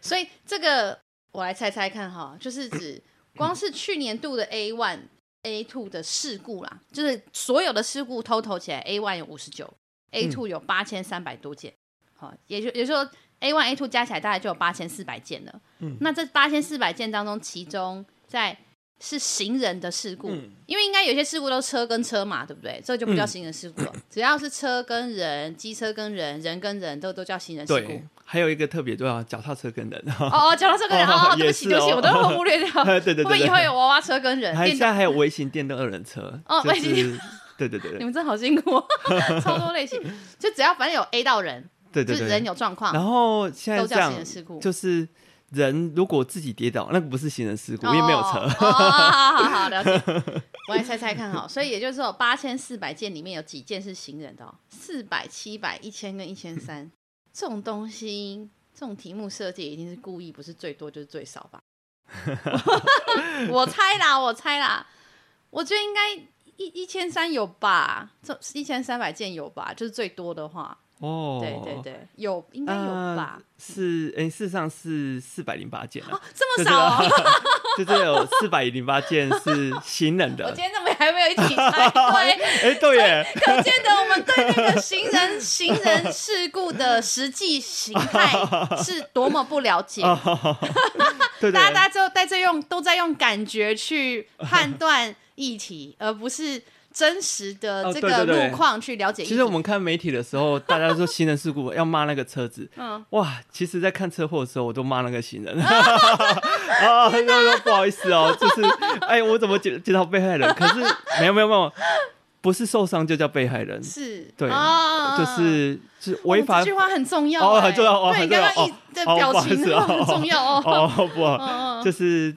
A: 所以这个我来猜猜看哈，就是指光是去年度的 A one、A two 的事故啦，就是所有的事故 total 起来，A one 有五十九，A
B: 嗯
A: two 有八千三百多件，好，也就也就是说 A one、A two 加起来大概就有八千四百件了。
B: 嗯
A: 那这八千四百件当中，其中在是行人的事故，
B: 嗯
A: 因为应该有些事故都是车跟车嘛，对不对？这就不叫
B: 嗯
A: 行人事故了。只要是车跟人、机车跟人、人跟人，都都叫行人事故
B: 对。，还有一个特别重要，脚踏车跟人，
A: 哦哦，讲到这个人，
B: 哦
A: 哦，对不
B: 也
A: 起，
B: 是
A: 对不起，
B: 哦
A: 我都忽略掉。
B: 对对对
A: 我们以
B: 对
A: 后有娃娃车跟人
B: 还
A: 电
B: 现
A: 动，
B: 在还有微型电动二轮车，
A: 哦
B: 就
A: 微型
B: 是对对对
A: 你
B: 对
A: 们真的好辛苦，哦， 超多类型。就只要反正有 A 到人，
B: 对
A: 就
B: 对
A: 是人
B: 对。
A: 有状况，
B: 然后现在
A: 都
B: 这
A: 叫
B: 样
A: 行人事故，
B: 就是人如果自己跌倒，那个不是行人事故，因为没有车
A: 哦。哦，哦好好好，了 解。我来猜猜看哈，所以也就是说，八千四百件里面有几件是行人的、哦？四百、七百、一千跟一千 三，这种东西，这种题目设计一定是故意，不是最多就是最 少吧？我猜啦，我猜啦，我觉得应该一一千三有吧，这一千三百件有吧，就是最多的话，
B: 哦，
A: 对对，对，有应该有
B: 呃
A: 吧？
B: 是哎，事实上是四百零八件 啊，
A: 这么
B: 就这
A: 少、哦？
B: 个就是有四百零八件是行人
A: 我
B: 的
A: 今。天怎么还没有一起 猜对？
B: 哎，对耶，
A: 可见得我们对那个行人行人事故的实际形态是多么不了解。
B: 哦对对，
A: 大家大家就在这用都在用感觉去判断议题，而不是真实的
B: 哦
A: 这
B: 对
A: 个
B: 对对
A: 路况去了解议题。
B: 其实我们看媒体的时 候，大家说行人事故要骂那个车子，
A: 嗯
B: 哇，其实在看车祸的时候，我都骂那个 行人，啊，那个不好意思哦，就是，哎，我怎么介介绍被害人？可是没有没有没有，不是受伤就叫被害人，
A: 是
B: 对
A: 啊
B: 就是是
A: 哦
B: 违法
A: 这句话很重要
B: 哦
A: 哎
B: 很重要哦
A: 对，
B: 很
A: 刚
B: 重要
A: 刚一
B: 哦
A: 的
B: 哦
A: 表
B: 不好意
A: 情
B: 思哦
A: 很重要 哦。
B: 哦，不
A: 嗯
B: 好，
A: 嗯，嗯
B: 就是。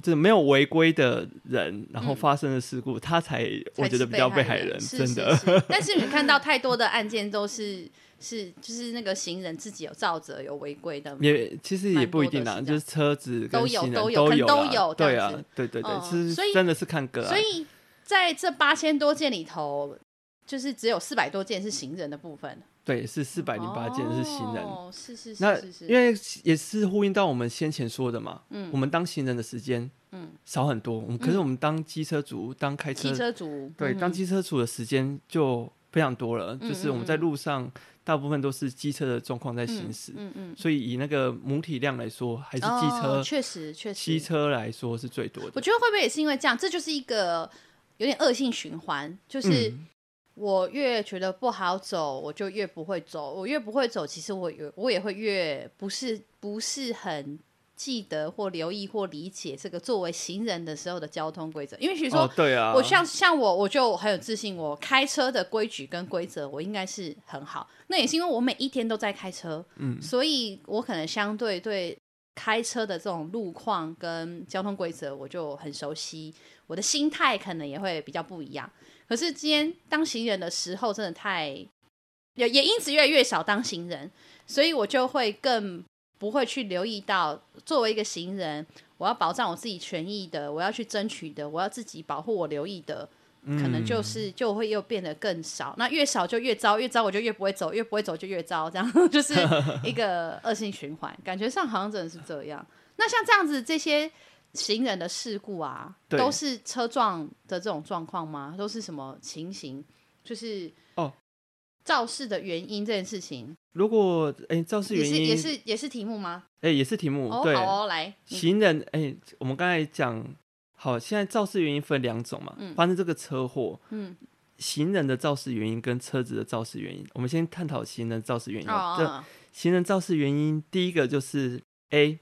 B: 就是没有违规的人，然后发生的事故，他才我
A: 才
B: 觉
A: 是
B: 得比较被害
A: 害
B: 人，
A: 是
B: 真
A: 是
B: 的。
A: 是但是你看到太多的案件都是是就是那个行人自己有照责有违规的，
B: 也其实也
A: 蛮
B: 不一
A: 多的
B: 定啦，
A: 是这
B: 就
A: 样
B: 是车子跟
A: 都有
B: 行人
A: 都
B: 都
A: 有可能
B: 啦
A: 都有这
B: 对
A: 样
B: 啊
A: 子，
B: 对对对，
A: 嗯
B: 其
A: 所以
B: 实真的是看个案，
A: 所以在这八千多件里头，就是只有四百多件是行人的部分，
B: 对是四百零八件是行人。
A: 哦、是是是
B: 那
A: 是是，
B: 因为也是呼应到我们先前说的嘛，
A: 嗯
B: 我们当行人的时间
A: 嗯
B: 少很多，我们可是我们当机车族、当开
A: 汽
B: 车，
A: 车族
B: 呃对，
A: 嗯
B: 当机车族的时间就非常多了，
A: 嗯
B: 就是我们在路上大部分都是机车的状况在行驶，
A: 嗯嗯，
B: 所以以那个母体量来说，还是机
A: 哦
B: 车、
A: 确实确实
B: 机车来说是最多
A: 我
B: 的。
A: 觉得会不会也是因为这样，这就是一个有点恶性循环，就是
B: 嗯
A: 我越觉得不好走，我就越不会走，我越不会走，其实我也我也会越不是不是很。记得或留意或理解这个作为行人的时候的交通规则，因为比如说
B: 哦，对啊，
A: 我像像我，我就很有自信，我开车的规矩跟规则，我应该是很好。那也是因为我每一天都在开车，
B: 嗯
A: 所以我可能相对对开车的这种路况跟交通规则，我就很熟悉，我的心态可能也会比较不一样。可是今天当行人的时候，真的太也也因此越来越少当行人，所以我就会更不会去留意到作为一个行人，我要保障我自己权益的，我要去争取的，我要自己保护我留意的，
B: 嗯
A: 可能就是就会又变得更少。那越少就越糟，越糟我就越不会走，越不会走就越糟，这样 就是一个恶性循环。感觉上好像真的是这样。那像这样子，这些行人的事故啊，
B: 对
A: 都是车撞的这种状况吗？都是什么情形？就是
B: 哦，
A: 肇事的原因这件事情，
B: 如果哎，肇事
A: 也
B: 原
A: 是
B: 因
A: 也是也是题目吗？
B: 哎也是题目
A: 哦，
B: 对，
A: 好哦，来，你
B: 行人哎，我们刚才讲好，现在肇事原因分两种嘛，
A: 嗯
B: 发生这个车祸，
A: 嗯，
B: 行人的肇事原因跟车子的肇事原因，我们先探讨行人肇事原因。
A: 哦，
B: 这
A: 嗯
B: 行人肇事原因，第一个就是 A，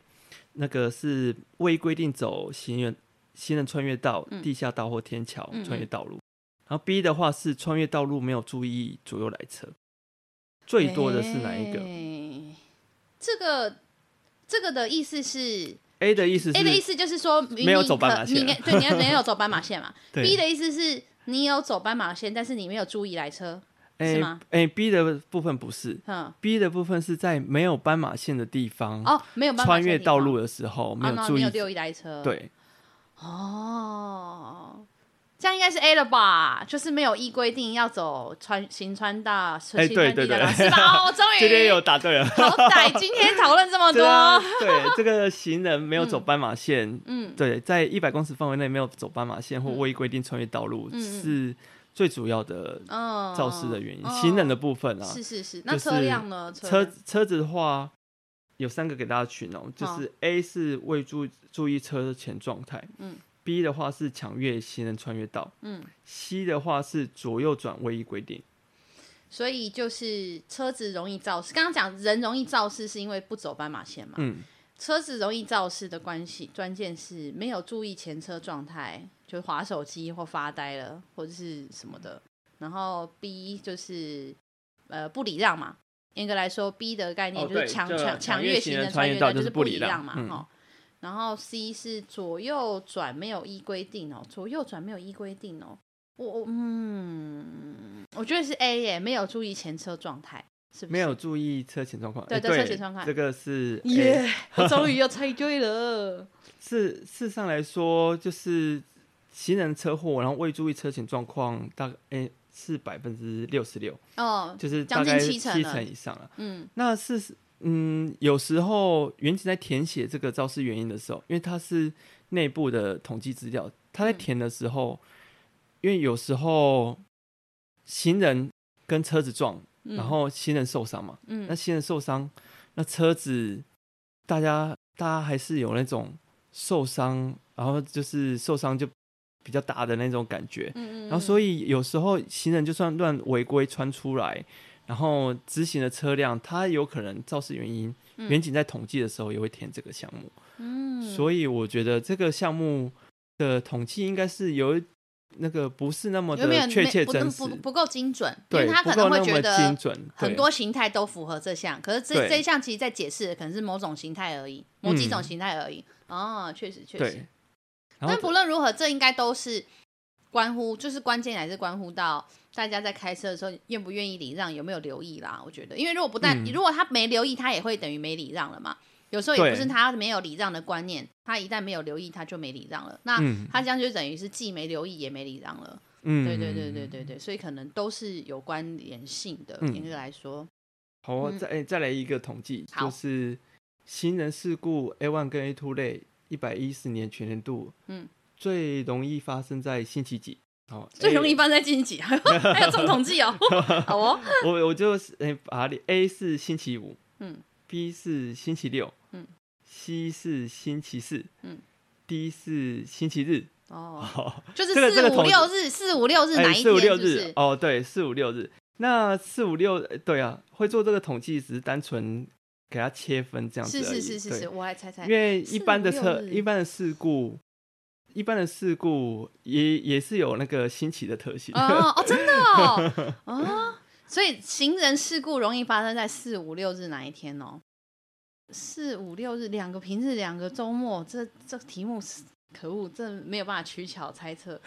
B: 那个是未规定走行人行人穿越道、
A: 嗯
B: 地下道或天桥
A: 嗯嗯
B: 穿越道路。然后 B 的话是穿越道路没有注意左右来车，最多的是哪一个、
A: 哎这个这个的意思是
B: a 的意思是
A: A 的意思就是说，明明
B: 没有走斑马
A: 可
B: 线
A: 你对，你要没有走斑马线嘛。
B: 对
A: B 的意思是你有走斑马线，但是你没有注意来车。是吗
B: 哎、b 的部分不是
A: 嗯，
B: ，B 的部分是在没有斑马线的地方、
A: 哦，没有斑马
B: 穿
A: 线
B: 越
A: 的地
B: 道
A: 方
B: 路的时候没
A: 啊，
B: 有
A: 那
B: 注
A: 没
B: 意，
A: 有留意来车。，
B: 对
A: 哦，这样应该是 A 了吧？就是没有依规定要走穿行穿大，
B: 哎
A: 行
B: 对
A: 穿地
B: 对
A: 的
B: 对
A: 啦是吧？ 哦，终
B: 今天
A: 于
B: 有答对了。
A: 好歹今天讨论这么
B: 对啊
A: 多，，
B: 对这个行人没有走斑马线，
A: 嗯，
B: 对，在一百公尺范围内没有走斑马线或未规定穿越道路、
A: 嗯嗯
B: 是最主要的
A: 嗯，
B: 肇事的原因。
A: 哦
B: 行人的部分啊，
A: 是是是，那
B: 就
A: 车
B: 是
A: 辆呢？
B: 车
A: 辆
B: 车子的话有三个给大家取哦，就
A: 好
B: 是 A 是未注注意车前状态，
A: 嗯
B: ，B 的话是抢越行人穿越道
A: 嗯，
B: ，C 的话是左右转未依规定，
A: 所以就是车子容易肇事。刚刚讲人容易肇事是因为不走斑马线嘛，
B: 嗯，
A: 车子容易肇事的关系，关键是没有注意前车状态，就划手机或发呆了，或者是什么的。然后 B 就是呃不礼让嘛，严格来说，B 的概念
B: 哦
A: 就是
B: 对
A: 抢
B: 就
A: 抢
B: 抢
A: 抢
B: 越
A: 越
B: 行
A: 行
B: 人
A: 人
B: 穿
A: 穿
B: 越
A: 越
B: 道
A: 道，
B: 就是
A: 是
B: 不
A: 不
B: 礼
A: 礼
B: 让
A: 让嘛，
B: 嗯
A: 哈。然后 C 是左右转没有依规定哦，左右转没有依规定哦。我我嗯，我觉得是 A 耶，没有注意前车状态，是不是？
B: 没有注意车前状况，
A: 对
B: 哎
A: 对车前状况
B: 这个是 A
A: 耶、 我终于要猜对了。
B: 事事实上来说，就是行人车祸，然后未注意车前状况，大概诶、是百分之六十六，
A: 哦，
B: 就是
A: 将近
B: 大概
A: 七成
B: 七
A: 了
B: 成以上了。
A: 嗯
B: 那事实嗯，有时候远景在填写这个肇事原因的时候，因为它是内部的统计资料，他在
A: 嗯
B: 填的时候，因为有时候行人跟车子撞，
A: 嗯，
B: 然后行人受伤嘛，那
A: 嗯
B: 行人受伤，那车子大家大家还是有那种受伤，然后就是受伤就比较大的那种感觉。
A: 嗯
B: 然后所以有时候行人就算乱违规穿出来，然后直行的车辆，它有可能肇事原因，
A: 嗯
B: 远景在统计的时候也会填这个项目。
A: 嗯
B: 所以我觉得这个项目的统计应该是有一那个不是那么
A: 有没有
B: 的确
A: 没
B: 切
A: 不那
B: 真实
A: 不，不够精准，因
B: 对
A: 为，他
B: 不
A: 可
B: 够
A: 能
B: 那
A: 会
B: 么
A: 觉
B: 精
A: 得
B: 准，
A: 很
B: 对
A: 多形态都符合这项，可是这
B: 对嗯
A: 这一项其实在解释的可能是某种形态而已，某几种形态而已。哦，确实确实
B: 对。。然
A: 但
B: 后
A: 不论如何，这应该都是关乎，就是关键还是关乎到大家在开车的时候愿不愿意礼让，有没有留意啦。我觉得，因为如果不但、
B: 嗯
A: 如果他没留意，他也会等于没礼让了嘛。有时候也
B: 对
A: 不是他没有礼让的观念，他一旦没有留意，他就没礼让了。那
B: 嗯
A: 他这样就等于是既没留意也没礼让了。
B: 嗯，
A: 对对对对对对，所以可能都是有关联性的。
B: 嗯
A: 严格来说，
B: 好哦，
A: 嗯
B: 再、诶再来一个统计，
A: 好
B: 就是行人事故 A one 跟 A two 类一百一十年全年度，
A: 嗯，
B: 最容易发生在星期几？哦，
A: 最
B: A-
A: 容易放在近 几，还有这种统计哦。好哦，
B: 我我就是诶、把它 A 是星期五，
A: 嗯
B: ，B 是星期六，
A: 嗯
B: ，C 是星期四，
A: 嗯
B: ，D 是星期日。
A: 哦，
B: 哦，
A: 就是
B: 这个这个
A: 四五
B: 统
A: 六日，四五六日哪
B: 哎，
A: 一
B: 四
A: 天？
B: 五六
A: 是不
B: 日
A: 是？
B: 哦，对，四五六日。那四五六呃对啊，会做这个统计只是单纯给它切分哦这样子
A: 是
B: 而已。
A: 是是是
B: 对
A: 是，我来猜猜
B: 因。为一
A: 四
B: 般
A: 五
B: 的
A: 六
B: 车、
A: 日
B: 一般的事故、一般的事故也也是有那个新奇的特性。
A: 哦哦，真的哦，哦，所以行人事故容易发生在四五六日哪一天哦？四五六日两个平日两个周末，这这题目是可恶，这没有办法取巧猜 测。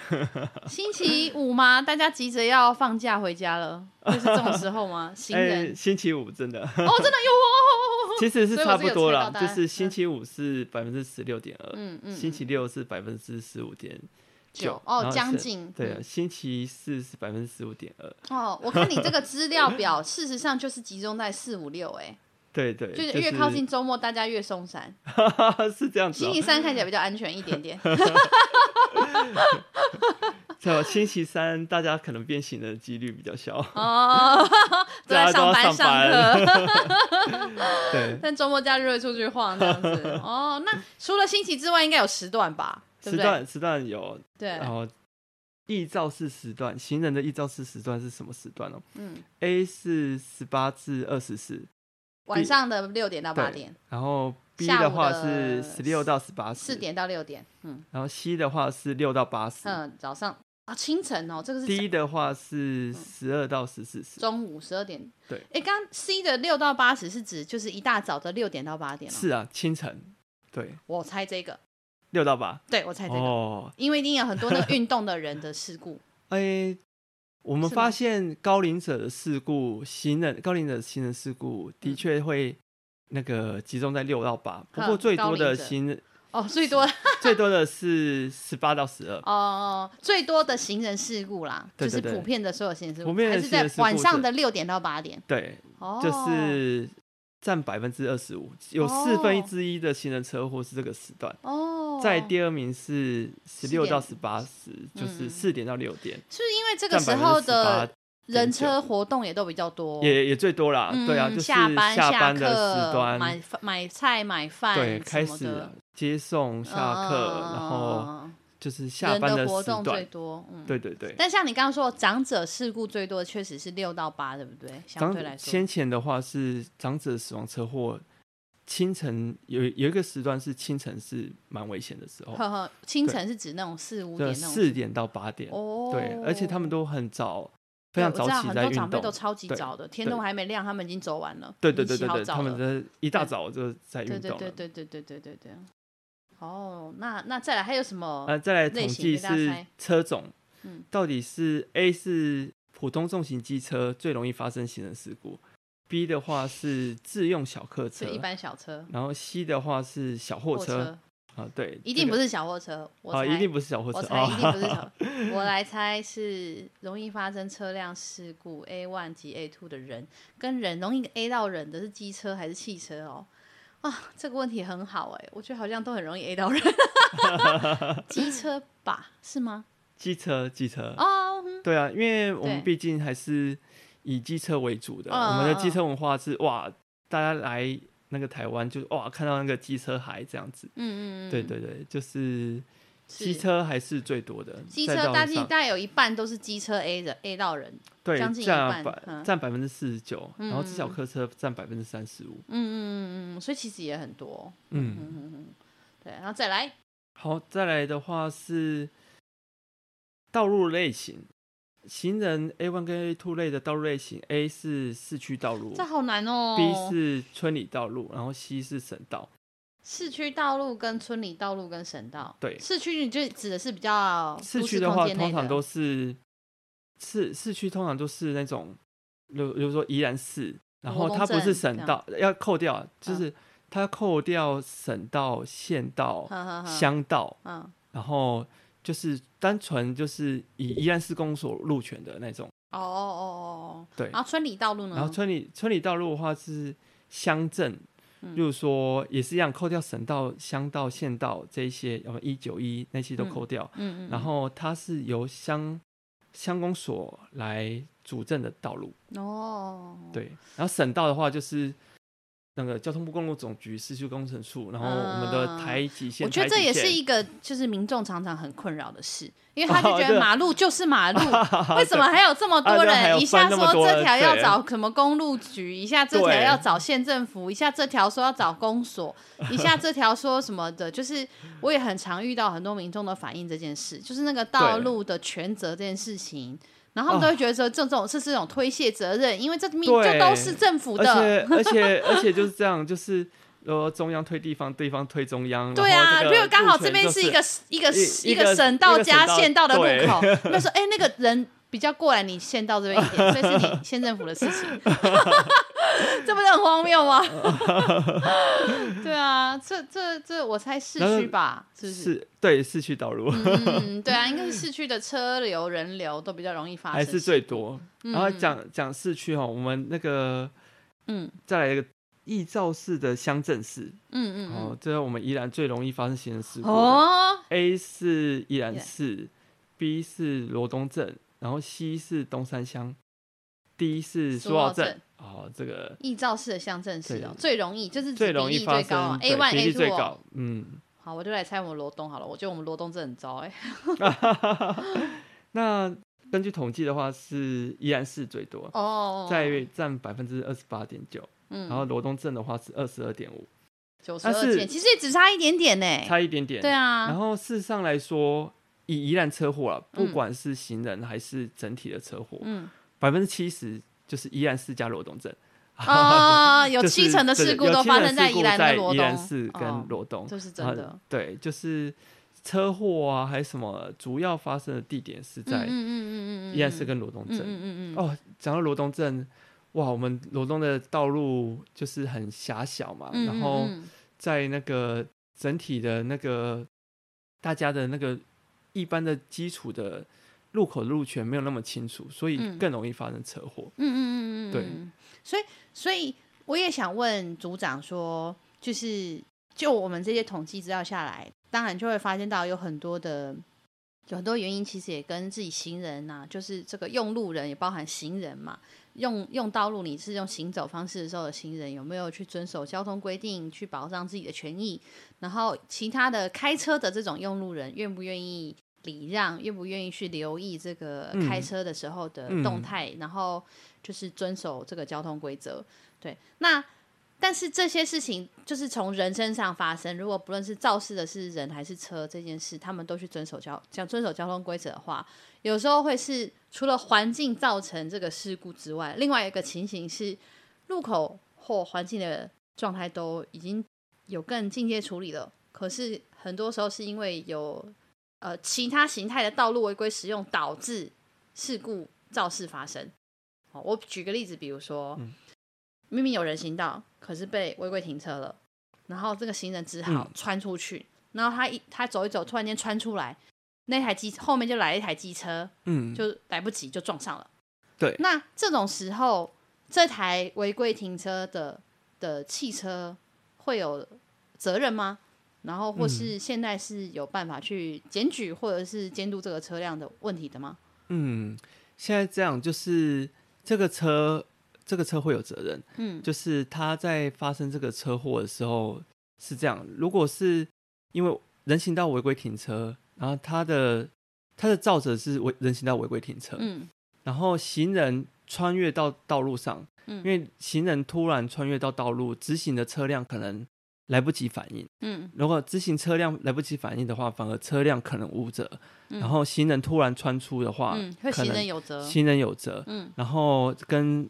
A: 星期五吗？大家急着要放假回家了，就是这种时候吗？行人、
B: 哎，星期五真 的，
A: 哦，真的有哦，
B: 哎 其实是
A: 所以
B: 差
A: 我是
B: 不
A: 有
B: 多
A: 猜
B: 啦，
A: 到答
B: 就
A: 案
B: 是星
A: 嗯
B: 期五是百分之十六点二，
A: 嗯嗯，
B: 星期六是百分之十五点
A: 九
B: 然
A: 哦，
B: 后
A: 将
B: 是
A: 近
B: 对
A: 嗯
B: 啊，星期四是百分之十五点二，
A: 哦，我看你这个资料表，事实上就是集中在四五六，哎，
B: 对对，
A: 就是
B: 就
A: 越靠近周末，大家越松 散。
B: 是是这样子、
A: 星
B: 哦
A: 期。三看起来比较安全一点点。
B: 像星期三大家可能变形的几率比较小，
A: 哦， 都在
B: 大家都
A: 上
B: 要
A: 班
B: 上班
A: 课，
B: 对，
A: 但周末假日会出去晃这样 子。哦，那除了星期之外，应该有时段吧？对
B: 时
A: 不对？
B: 段哦时段有，
A: 对
B: 然，后异兆式时段，行人的异兆式时段是什么时段呢、哦
A: 嗯，
B: a 是十八至二十四，
A: 晚上的六点到八点，
B: 然后 B
A: 下午
B: 的话
A: 的
B: 是十六到十八
A: 四，点到六点，嗯
B: 然后 C 的话是六到八十、
A: 嗯，早上啊，清晨哦，这个是
B: d 的话
A: 嗯
B: 是十二到十四时。
A: 中午十二点。
B: 对，
A: 哎，刚刚 C 的六到八十是指就是一大早的六点到八点哦吗？
B: 是啊，清晨，对，
A: 我猜这个，
B: 六到八。
A: 对我猜这个，
B: 哦，
A: 因为一定有很多那个运动的人的事故。
B: 哎，我们
A: 是吗
B: 发现高龄者的事故，行人高龄者的行人事故的
A: 嗯
B: 确会那个集中在六到八，不过
A: 哼
B: 最
A: 高
B: 多
A: 龄
B: 的
A: 者
B: 行人
A: 哦，最多
B: 最多的是十八到十二。
A: 哦，最多的行人事故啦，
B: 对
A: 就是
B: 对对
A: 普遍的所有行人事故，
B: 普遍的
A: 还是在
B: 行人事故
A: 晚上的六点到八点。
B: 对，
A: 哦，
B: 就是占百分之二十五，有四分之一的行人车祸是这个时段。
A: 哦，
B: 在第二名是十六
A: 10
B: 到十八时，就是四点到六点，
A: 是不是因为嗯这个
B: 占
A: 时
B: 百
A: 候
B: 分之十
A: 的
B: 八，
A: 人车活动也都比较多？
B: 也也最多啦。
A: 嗯，
B: 对啊，就是
A: 下班、
B: 班的
A: 课
B: 时段，
A: 买买菜、买饭，
B: 对，开
A: 什么
B: 始
A: 的
B: 接送、下课，
A: 嗯
B: 然后
A: 嗯嗯嗯
B: 就是下
A: 人
B: 班
A: 的活
B: 时
A: 动最
B: 段。
A: 多，嗯。
B: 对对对，
A: 但像你刚刚说，长者事故最多的确实是六到八，对不对？相
B: 长
A: 对来说，
B: 先前的话是长者死亡车祸，清晨有有一个时段是清晨是蛮危险的时候，
A: 呵呵，清晨是指那种四五点
B: 对，
A: 那种
B: 四点到八点，
A: 哦，
B: 对，而且他们都很早，非
A: 对
B: 常
A: 我
B: 早
A: 知道
B: 起
A: 很
B: 在
A: 多
B: 运
A: 长辈都
B: 动。
A: 超级
B: 对
A: 早的，天都
B: 对
A: 还没亮，他们已经走完了，
B: 对对
A: 已经
B: 对
A: 洗
B: 对
A: 好
B: 对，
A: 澡
B: 他们
A: 了
B: 的一大
A: 对
B: 早就在
A: 对
B: 运
A: 对
B: 动
A: 对
B: 了。
A: 对对对对对对。哦，那那再来还有什么？
B: 呃，再来
A: 类
B: 统
A: 型
B: 计
A: 给大家
B: 是
A: 猜
B: 车种
A: 嗯，
B: 到底是 A 是普通重型机车最容易发生行人事故，B 的话是自用小客车
A: 就，一般小车、
B: 然后 C 的话是小货车
A: 车，
B: 啊，对，
A: 一定不
B: 是
A: 是小货车，我
B: 啊，
A: 猜，
B: 一定不是小货车
A: 我猜
B: 啊，
A: 一定不是小。我来猜是容易发生车辆事故 A one 及 A two 的人跟人容易 A 到人的是机车还是汽车哦？啊，这个问题很好哎、我觉得好像都很容易 A 到人， 机车吧是吗？
B: 机车机车
A: 哦，
B: 对啊，因为我们
A: 对
B: 毕竟还是以机车为主的，
A: 嗯
B: 我们的机
A: 嗯嗯
B: 车文化是哇，大家来那个台湾就哇看到那个机车海这样子，
A: 嗯嗯嗯，
B: 对对对，就是
A: 是
B: 机车还是最多的，
A: 机
B: 在
A: 车
B: 道
A: 大
B: 路
A: 概
B: 上
A: 大概有一半都是机车 A 的 A 到人，
B: 对
A: 将近一半嗯
B: 占百占百分之四十九，然后
A: 嗯
B: 自小客车占百分之三十五，
A: 嗯嗯嗯嗯，所以其实也很多，
B: 嗯，
A: 嗯嗯嗯，对，然后再来
B: 好，再来的话是道路类型。行人 A one 跟 A two 类的道路类型，A 是市区道路
A: 这好难哦。
B: ，B 是村里道路，然后 C 是省道。
A: 市区道路、跟村里道路、跟省道。
B: 对
A: 市区你就指的是比较
B: 市
A: 哦都
B: 区
A: 市
B: 的
A: 空
B: 话，
A: 间内
B: 通常
A: 的
B: 都是市市区通常都是那种，比如比如说宜兰市，然
A: 罗
B: 后
A: 东
B: 它不
A: 镇
B: 是省
A: 这样
B: 道，要扣掉，就
A: 嗯
B: 是它扣掉省道、县道、
A: 呵呵呵
B: 乡道，
A: 嗯
B: 然后就是单纯就是以宜兰市公所路权的那种，
A: 哦哦哦哦，
B: 对
A: 然。后村里道路呢？
B: 然后村里村里道路的话是乡镇。
A: 嗯
B: 例如说，也是一样，扣掉省道、乡道、县道这一些，我们一九一那些都
A: 嗯
B: 扣掉，
A: 嗯嗯，
B: 然后它是由乡乡公所来主政的道路，
A: 嗯哦，
B: 对。然后省道的话就是那个交通部公路总局市区工程处，然后我们的
A: 嗯
B: 台几线，
A: 我觉得
B: 台
A: 这
B: 几
A: 也
B: 线
A: 是一个就是民众常常很困扰的事，因为他就觉
B: 哦对
A: 得马路就是 马路，为什么还有这么
B: 啊
A: 多
B: 对还
A: 人？
B: 有
A: 一下
B: 分那么
A: 说
B: 多
A: 这条要
B: 对
A: 找什么公路局，一下这条
B: 对
A: 要找县政府，一下这条说要找公所，一下这条说什么的，就是我也很常遇到很多民众的反映这件事，就是那个道路的权责这件事情。然后他们都会觉得说，这种这是一种推卸责任，因为这明就
B: 哦对
A: 都是政府
B: 而
A: 的，
B: 且 而且而且就是这样，就是说中央推地方，地方推中央，
A: 对
B: 然后
A: 啊，
B: 这
A: 如
B: 个
A: 果刚好
B: 路
A: 这
B: 权
A: 边
B: 就是
A: 一个一个
B: 一
A: 一
B: 一
A: 个
B: 个
A: 省道
B: 一个省
A: 加
B: 道
A: 县道的路
B: 对
A: 口，他们说哎、那个人比较过来，你县道这边一点，所以是你县政府的事情， 这不是很荒谬吗？ 对啊，这这这，我猜市
B: 然后
A: 区吧，是不是？
B: 是对市区道 路。
A: 嗯，对啊，应该是市区的车流、人流都比较容易发生，
B: 还是最多。然后
A: 嗯
B: 讲讲市区哈，我们那个
A: 嗯
B: 再来一个易肇事的乡镇市，
A: 嗯嗯
B: 哦，这是我们宜兰最容易发生行人事故的。
C: 哦，
B: A 是宜兰
A: 宜兰
B: 市，B 是罗东镇，然后 C 是东山乡，D 是
A: 苏
B: 苏
A: 澳
B: 澳镇
A: 镇。
B: 哦，这个
A: 易肇事的乡镇市哦
B: 对，
A: 最容易就是
B: 最容易
A: 比例
B: 发
A: 最高
B: 生
A: 啊
B: 对
A: ，A one
B: 比
A: A
B: 例
A: two
B: 最
A: 哦。
B: 高。嗯，
A: 好，我就来猜我们罗东好了，我觉得我们罗东真的很糟 哎、
B: 那根据统计的话，是宜兰市最多，
A: 哦，
B: 在占百分之二十八点九，
A: 嗯
B: 然后罗东镇的话是二十二点五，
A: 九十
B: 但
A: 二
B: 是
A: 件，其实也只差一点点呢、欸
B: 差一点点。
A: 哎对啊，
B: 然后事实上来说，以宜兰车祸啊，不
A: 嗯
B: 管是行人还是整体的车祸，
A: 嗯，
B: 百分之七十就是宜兰市加罗东镇。
A: 啊、有
B: 就是
A: 七成的
B: 对
A: 事故
B: 有
A: 都
B: 七
A: 发
B: 成
A: 生在
B: 事故
A: 宜兰
B: 在
A: 跟罗
B: 宜
A: 东，
B: 兰市
A: 哦
B: 跟罗东，
A: 这是真
B: 然后
A: 的。
B: 对，就是车祸啊，还有什么主要发生的地点是
A: 嗯
B: 在
A: 嗯嗯嗯嗯嗯，
B: 宜兰市跟罗东
A: 嗯
B: 镇。
A: 嗯嗯嗯嗯，
B: 哦，讲到罗东镇，哇，我们罗东的道路就是很狭小嘛，
A: 嗯
B: 然后
A: 嗯嗯
B: 在那个整体的那个大家的那个一般的基础的路口路权没有那么清楚，所以
A: 嗯
B: 更容易发生车祸。
A: 嗯嗯嗯嗯，
B: 对
A: 嗯，所以所以我也想问组长说，就是就我们这些统计资料下来，当然就会发现到有很多的。有很多原因，其实也跟自己行人呐、就是这个用路人也包含行人嘛。用用道路，你是用行走方式的时候的行人有没有去遵守交通规定，去保障自己的权益？然后其他的开车的这种用路人，愿不愿意礼让，愿不愿意去留意这个
B: 嗯
A: 开车的时候的
B: 嗯
A: 动态，然后就是遵守这个交通规则。对，那但是这些事情就是从人身上发生，如果不论是肇事的是人还是车这件事，他们都去遵守交讲遵守交通规则的话，有时候会是除了环境造成这个事故之外，另外一个情形是路口或环境的状态都已经有更进阶处理了，可是很多时候是因为有呃其他形态的道路违规使用导致事故肇事发生。好，我举个例子，比如说、
B: 嗯
A: 明明有人行道，可是被违规停车了，然后这个行人只好
B: 嗯
A: 穿出去，然后他一他走一走，突然间穿出来，那台机后面就来了一台机车，
B: 嗯，
A: 就来不及就撞上了。
B: 对
A: 那这种时候，这台违规停车的的汽车会有责任吗？然后
B: 嗯
A: 或是现在是有办法去检举或者是监督这个车辆的问题的吗？
B: 嗯，现在这样就是这个车，这个车会有责任，
A: 嗯
B: 就是他在发生这个车祸的时候是这样，如果是因为人行道违规停车，然后他的他的造者是违人行道违规停车，
A: 嗯
B: 然后行人穿越到道路上，
A: 嗯
B: 因为行人突然穿越到道路，直行的车辆可能来不及反应。
A: 嗯
B: 如果自行车辆来不及反应的话，反而车辆可能无责，
A: 嗯
B: 然后行人突然穿出的话，
A: 嗯，会
B: 可
A: 行
B: 能
A: 人有责。
B: 行人有责，
A: 嗯
B: 然后跟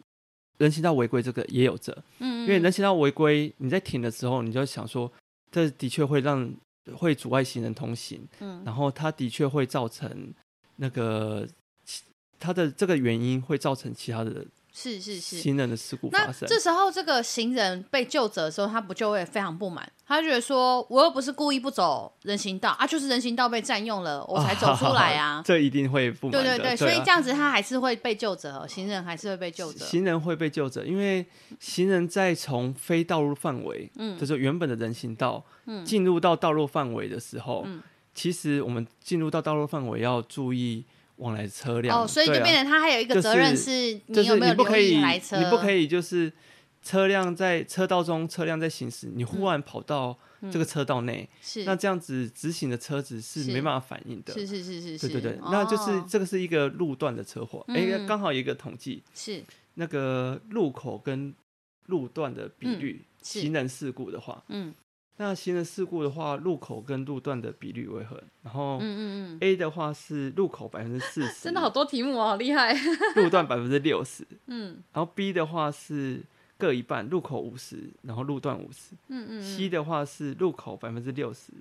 B: 人行道违规这个也有责，
A: 嗯，
B: 因为人行道违规，你在停的时候，你就想说，这的确会让会阻碍行人通行，
A: 嗯
B: 然后它的确会造成那个其它的这个原因会造成其他的
A: 是是是。
B: 行人的事故
A: 那
B: 发生。
A: 这时候，这个行人被救责的时候，他不就会非常不满？他就觉得说，我又不是故意不走人行道啊，就是人行道被占用了，我才走出来啊。
B: 这一定会不满
A: 对
B: 的。
A: 对对，
B: 啊
A: 所以这样子他还是会被救责，行人还是会被救责。
B: 行人会被救责，因为行人在从非道路范围，
A: 嗯
B: 就是原本的人行道，进入到道路范围的时候，
A: 嗯
B: 其实我们进入到道路范围要注意往来的车辆，
A: 哦，所以就
B: 对啊
A: 变成他还有一个
B: 就
A: 责任
B: 是
A: 是，
B: 就
A: 你有
B: 是
A: 没有
B: 不可
A: 留
B: 以，
A: 意来车？
B: 你不可以就是车辆在车道中，车辆在行驶，你
A: 嗯
B: 忽然跑到这个车道内，
A: 是
B: 那这样子直行的车子是
A: 是
B: 没办法反应的。
A: 是是是是是，
B: 对对对，那就是
A: 哦
B: 这个是一个路段的车祸，哎、
A: 嗯
B: 刚好有一个统计，
A: 是
B: 那个路口跟路段的比
A: 嗯
B: 率，
A: 是
B: 行人事故的话，
A: 嗯
B: 那行人事故的话，路口跟路段的比率为何？然后
A: 嗯嗯嗯，
B: A 的话是路口百分之四 十，
A: 真的好多题目哦，好厉害。
B: 路段百分之六十，
A: 嗯
B: 然后 B 的话是各一半，路口五十，然后路段五十、
A: 嗯嗯
B: C 的话是路口百分之六十，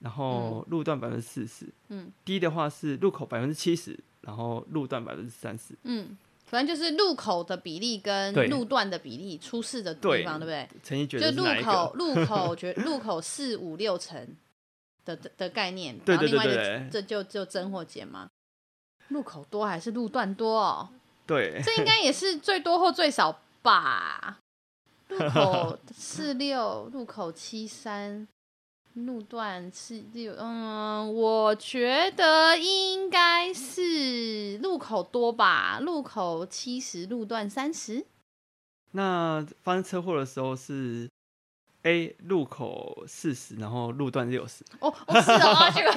B: 然后路段百分之四十。
A: 嗯
B: D 的话是路口百分之七十，然后路段百分之三十。
A: 嗯，反正就是路口的比例跟
B: 对
A: 路段的比例，出事的地
B: 对
A: 方，对不对？
B: 陈毅觉
A: 就
B: 得是
A: 路
B: 哪一
A: 口
B: 个？
A: 路口觉得路口四五六成的的的概念，
B: 对
A: 然后另
B: 对对
A: 外就
B: 对
A: 这就就增或减嘛。路口多还是路段多哦？
B: 对，
A: 这应该也是最多或最少吧？路 口四六，路口七三，路段四六。嗯，我觉得应该是路口多吧，路口七十，路段三十。
B: 那发生车祸的时候是 A 路口四十，然后路段六十，
A: 哦，哦是哦， 啊这 个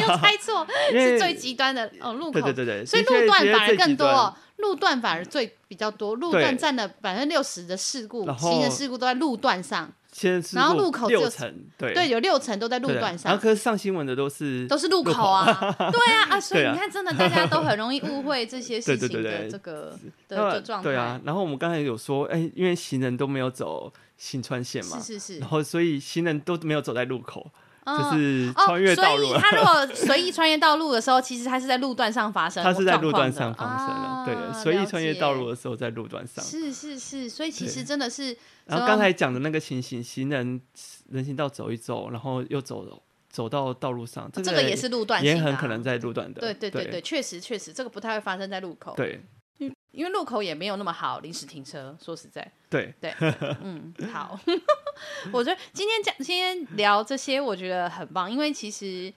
A: 又猜错，
B: 因为
A: 是最极端的哦，路
B: 对
A: 口
B: 对对对，
A: 所以
B: 的确
A: 路段
B: 觉得
A: 反而
B: 最
A: 更
B: 极
A: 多
B: 端
A: 哦，路段反而最比较多，路
B: 对
A: 段占了百分之六十的事故，
B: 然
A: 行人
B: 后
A: 事故都在路段上，
B: 先是
A: 然后路口只有
B: 六成，对
A: 对，有六成都在路
B: 对啊
A: 段
B: 然
A: 上
B: 后，可是上新闻的都是
A: 都是路口啊， 对啊啊，所以
B: 对啊
A: 你看，真的大家都很容易误会这些事
B: 对对
A: 情
B: 对
A: 的
B: 对
A: 这个的
B: 那
A: 的状态，
B: 对啊，然后我们刚才有说，哎、因为行人都没有走新川线嘛，
A: 是是是
B: 然，后所以行人都没有走在路口，就
A: 嗯。
B: 是
A: 哦，
B: 穿越道
A: 所
B: 路啊
A: 以
B: 了，
A: 他如果随意穿越道路的时候，其实他是在路段上发生
B: 他
A: 状
B: 是
A: 况
B: 在
A: 的，
B: 路段上发生了，
A: 啊
B: 对，随意穿越道路
A: 了
B: 的时候在路段
A: 解
B: 上。
A: 是是是，所以其
B: 对
A: 实真的是，什
B: 然后
A: 么
B: 刚才讲的那个情形，行人人行道走一走，然后又走走到道路上，这
A: 这
B: 个,、
A: 个也是路段性
B: 也
A: 的啊，
B: 很可能在路段的，
A: 对对对
B: 对
A: 对，确实确实，这个不太会发生在路口，
B: 对
A: 因为路口也没有那么好临时停车。说实在，
B: 对
A: 对，嗯，好， 我觉得今天讲今天聊这些，我觉得很棒，因为其实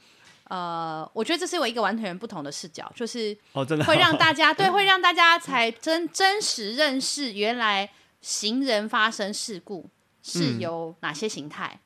A: 呃，我觉得这是我一个完全不同的视角，就是
B: 哦，真的
A: 会让大家 对，会让大家才真真实认识原来行人发生事故是
B: 嗯
A: 有哪些形态，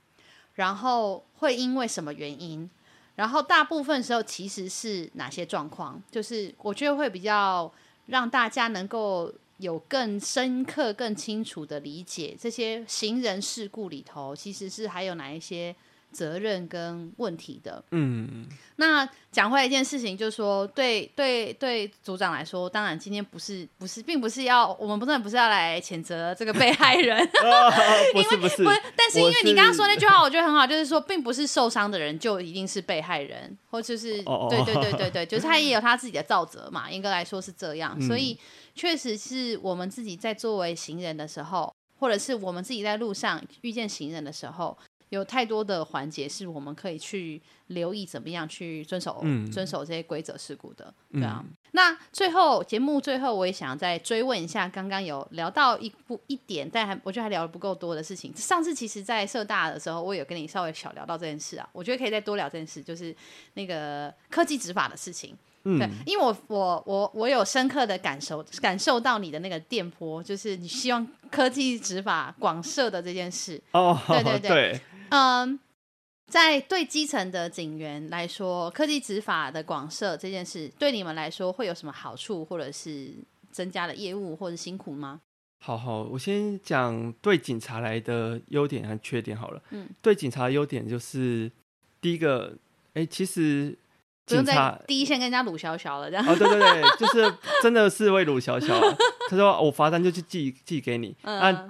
A: 然后会因为什么原因，然后大部分时候其实是哪些状况，就是我觉得会比较让大家能够有更深刻、更清楚的理解这些行人事故里头其实是还有哪一些责任跟问题的。
B: 嗯，
A: 那讲回来一件事情，就是说，对对对，组长来说，当然今天不是不是，并不是要我们不是不是要来谴责这个被害人，
B: 啊不是不是
A: 不是，但是因
B: 我
A: 为你刚刚
B: 是
A: 说那句话，我觉得很好，就是说，并不是受伤的人就一定是被害人，或就是
B: 哦哦
A: 对对对对 对，就是他也有他自己的造责嘛，严格来说是这样，所
B: 嗯
A: 以确实是我们自己在作为行人的时候，或者是我们自己在路上遇见行人的时候。有太多的环节是我们可以去留意，怎么样去遵守、
B: 嗯
A: 遵守这些规则事故的，对啊。那最后节目最后，我也想再追问一下，刚刚有聊到一部一点，但还我觉得还聊的不够多的事情。上次其实，在社大的时候，我有跟你稍微小聊到这件事啊，我觉得可以再多聊这件事，就是那个科技执法的事情。对
B: 嗯，，
A: 因为我我我我有深刻的感受感受到你的那个电波，就是你希望科技执法广设的这件事。
B: 哦，
A: 对对 对
B: 对
A: 嗯，在对基层的警员来说，科技执法的广设这件事，对你们来说会有什么好处，或者是增加了业务或者辛苦吗？
B: 好好，我先讲对警察来的优点和缺点好了。
A: 嗯，
B: 对警察的优点就是第一个，哎、其实
A: 不
B: 警
A: 用
B: 察
A: 在第一线跟人家鲁小小了这样。
B: 哦，对对对，就是真的是为鲁小小啊、他说我罚单就去寄寄给你，
A: 嗯，
B: 啊，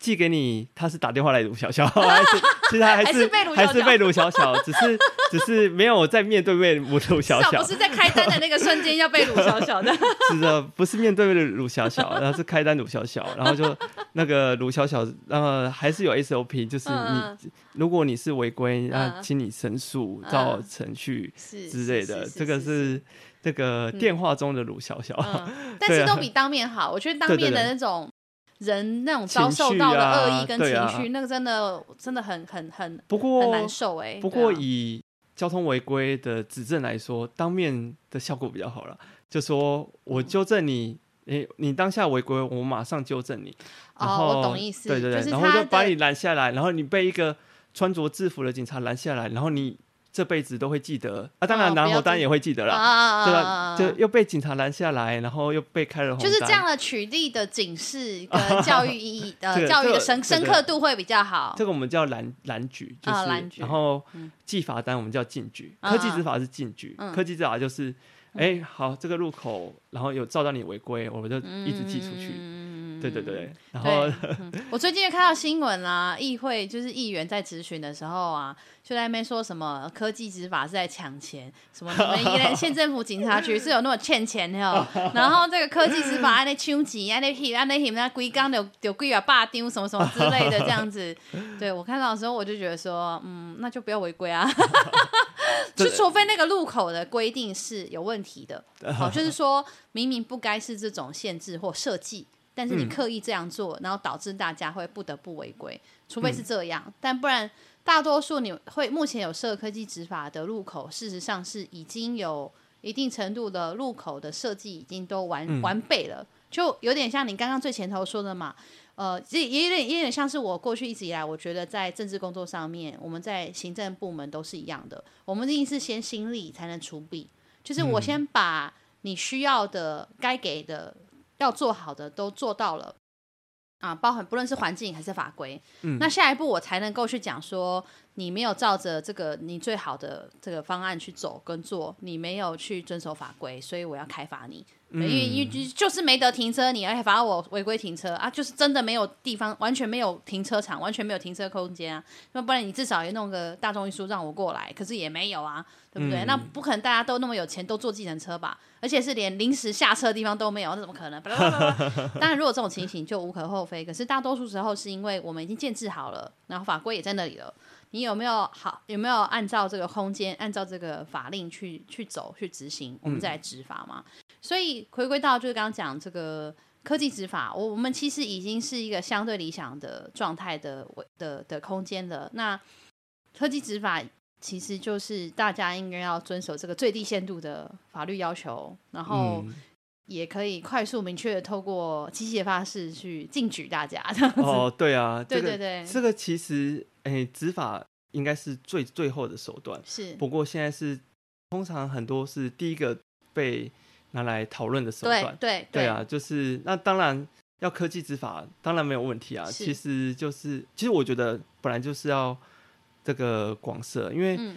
B: 寄给你，他是打电话来鲁小 小，还是其实他还
A: 还
B: 是
A: 是被鲁
B: 还
A: 小
B: 是
A: 小
B: 被鲁小小，只是只是没有在面对面鲁鲁小
A: 至少
B: 小
A: 不，是在开单的那个瞬间要被鲁小小 的。
B: 是的，不是面对面鲁小小，然后是开单鲁小小，然后就那个鲁小小，呃，还是有 SOP，就是
A: 嗯
B: 你如果你是违规，那
A: 嗯
B: 请你申诉
A: 嗯
B: 照程序
A: 是
B: 之类的，这个是这个电话中的鲁小小，
A: 嗯，但
B: 对
A: 是
B: 啊
A: 都比当面好。我觉得当
B: 对对
A: 面的
B: 对
A: 那种人那种
B: 情
A: 遭受
B: 绪
A: 到的
B: 啊
A: 恶意跟情
B: 对啊
A: 绪，那个真的真的很很很
B: 不
A: 很
B: 过
A: 难受哎、
B: 不
A: 对
B: 过
A: 啊
B: 以交通违规的指证来说，当面的效果比较好了。就说
A: 嗯
B: 我纠正你，你你当下违规，我马上纠正你。然后
A: 哦，我懂意思，
B: 对对对，
A: 就是
B: 然后
A: 他
B: 就把
A: 的
B: 你拦下来，然后你被一个穿着制服的警察拦下来，然后你这辈子都会记得啊。当
A: 哦
B: 然，
A: 不
B: 拿
A: 要
B: 红单
A: 记
B: 也会记得啦。
A: 啊
B: 对吧？就又被警察拦下来，然后又被开了红
A: 就
B: 单。
A: 是这样的取 缔的警示跟教育意义
B: 这
A: 呃，
B: 个
A: 教育
B: 这
A: 的
B: 个
A: 深
B: 对
A: 深
B: 对
A: 刻度会比较好。
B: 这个我们叫拦拦举，就是、
A: 啊拦举
B: 然后
A: 嗯
B: 记罚单我们叫禁举，
A: 啊
B: 科技执法是禁举，
A: 嗯
B: 科技执法就是，哎、好，这个路口，然后有照到你违规，我们就一直寄出去，
A: 嗯
B: 对对对，然后
A: 对，嗯 我最近也看到新闻啦、议会就是议员在质询的时候啊，就在那边说什么科技执法是在抢钱，什么你们宜兰县政府警察局 是有那么欠钱的哦，然后这个科技执法安尼抢钱，安尼翕安尼翕，那规工有有几啊霸丢什么什么之类的这样子。对我看到的时候，我就觉得说，嗯，那就不要违规啊。就
B: 对
A: 除非那个路口的规定是有问题的，好，就是说明明不该是这种限制或设计，但是你
B: 嗯
A: 刻意这样做，然后导致大家会不得不违规，除
B: 嗯
A: 非是这样，但不然大多数你会目前有设科技执法的路口，事实上是已经有一定程度的路口的设计已经都完、
B: 嗯
A: 完备了，就有点像你刚刚最前头说的嘛。呃，这也有点也有点像是我过去一直以来，我觉得在政治工作上面，我们在行政部门都是一样的，我们一定是先心力才能除弊，就是
B: 嗯
A: 我先把你需要的、该给的、要做好的都做到了。啊，包含不论是环境还是法规，
B: 嗯
A: 那下一步我才能够去讲说，你没有照着这个你最好的这个方案去走跟做，你没有去遵守法规，所以我要开罚你。
B: 嗯
A: 因为因为就是没得停车，你而且罚我违规停车啊，就是真的没有地方，完全没有停车场，完全没有停车空间啊。那不然你至少也弄个大众运输让我过来，可是也没有啊，对不对？
B: 嗯
A: 那不可能大家都那么有钱都坐计程车吧？而且是连临时下车的地方都没有，那怎么可能？巴拉巴拉巴拉 当然，如果这种情形就无可厚非，可是大多数时候是因为我们已经建制好了，然后法规也在那里了。你有没有好？有没有按照这个空间，按照这个法令去去走去执行？我们再来执法嘛。嗯所以回归到就是刚刚讲这个科技执法，我我们其实已经是一个相对理想的状态的的的空间了。那科技执法其实就是大家应该要遵守这个最低限度的法律要求，然后
B: 嗯
A: 也可以快速明确地透过机械发式去禁止大家这样子。
B: 哦，对啊，
A: 对
B: 这个
A: 对对
B: 这个其实哎，执法应该是最最后的手段，
A: 是，
B: 不过现在是通常很多是第一个被拿来讨论的手
A: 对
B: 段，
A: 对
B: 对啊，，就是那当然要科技执法，当然没有问题啊。
A: 是
B: 其实就是，其实我觉得本来就是要这个广设，因为
A: 嗯，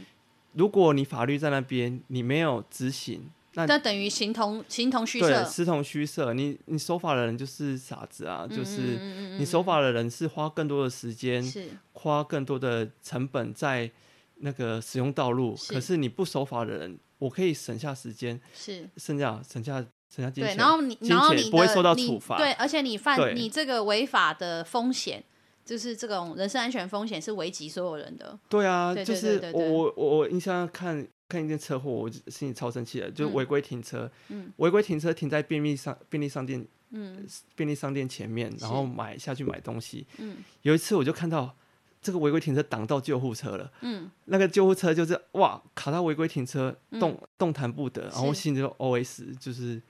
B: 如果你法律在那边，你没有执行，那
A: 那等于形同形同虚
B: 对啊
A: 设，
B: 师同虚设，你你守法的人就是傻子啊，
A: 嗯
B: 就是
A: 嗯嗯嗯
B: 你守法的人是花更多的时间
A: 嗯，是
B: 花更多的成本在那个使用道路，
A: 是
B: 可是你不守法的人，我可以省下时间，
A: 是。
B: 省下省下省下金
A: 对，
B: 钱，
A: 然后你，
B: 金
A: 然后
B: 钱
A: 你
B: 不会
A: 的
B: 受到
A: 你
B: 处罚
A: 对，而且你
B: 对
A: 犯你这个违法的风险，就是这种人身安全风险是危及所有人的。
B: 对啊，
A: 对
B: 就
A: 对
B: 是
A: 对对
B: 我
A: 对
B: 我我我印象看看一件车祸，我就心里超生气的，就是
A: 嗯
B: 违规停车，
A: 嗯
B: 违规停车停在便利商便利商店
A: 嗯
B: 便利商店前面，然
A: 是
B: 后买下去买东西。
A: 嗯
B: 有一次我就看到这个违规停车挡到救护车了，
A: 嗯，
B: 那个救护车就是哇卡到违规停车，
A: 嗯
B: 动、动弹不得，然后我
A: 是
B: 心里就 OS 就是。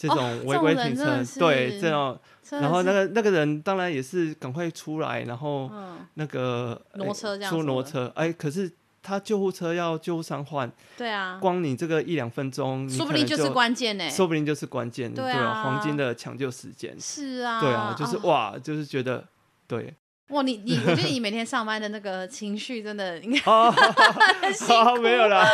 B: 这
A: 哦
B: 种
A: 这
B: 违
A: 种
B: 规
A: 人
B: 停
A: 真
B: 车，
A: 的是
B: 对这种，
A: 真的
B: 然后那
A: 是
B: 个那个人当然也是赶快出来，然后
A: 嗯，
B: 那个
A: 挪
B: 哎
A: 车这样
B: 出
A: 子
B: 挪
A: 的
B: 车，哎，可是他救护车要救护伤患，
A: 对啊，
B: 光你这个一两分钟，你
A: 说不
B: 可
A: 定
B: 能
A: 是关键呢。
B: 说不定就是关键，
A: 对
B: 啊，黄
A: 啊
B: 金的抢救时间，
A: 是啊，
B: 对啊，就是哇，就是觉得 对
A: 哇，你你，我觉得你每天上班的那个情绪真的应该
B: 哦，
A: 很辛
B: 好
A: 苦。
B: 啊没有啦，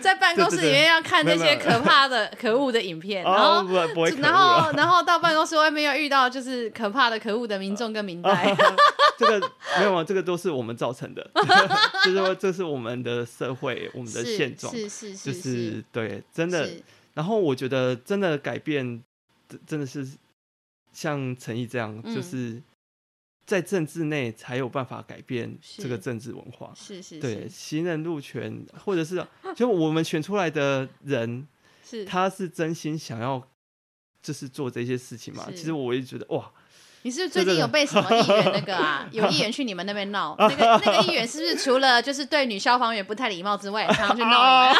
A: 在办公室里面要看那
B: 没有
A: 些
B: 没有
A: 可怕的、可恶的影片，然
B: 哦，
A: 后
B: 不不会可恶
A: 然
B: 啦，
A: 后然后到办公室外面要遇到就是可怕的、可恶的民众跟民
B: 啊
A: 代。
B: 这个没有啊，这个都是我们造成的， 就是说这是我们的社会，我们的
A: 是
B: 现状，
A: 是是
B: 就是是对，真的
A: 是
B: 然后我觉得真的改变，真真的是像陈毅这样，
A: 嗯
B: 就是在政治内才有办法改变
A: 是
B: 这个政治文化。
A: 是是
B: 对，行人路权，或 者是就我们选出来的人，
A: 是是，
B: 他是真心想要就是做这些事情嘛。
A: 是
B: 其实我也觉得哇，
A: 你是不是最近有被什么议员那个 啊？有议员去你们那边闹，那个那个议员是不是除了就是对女消防员不太礼貌之外，常常去闹你
B: 啊
A: 们？，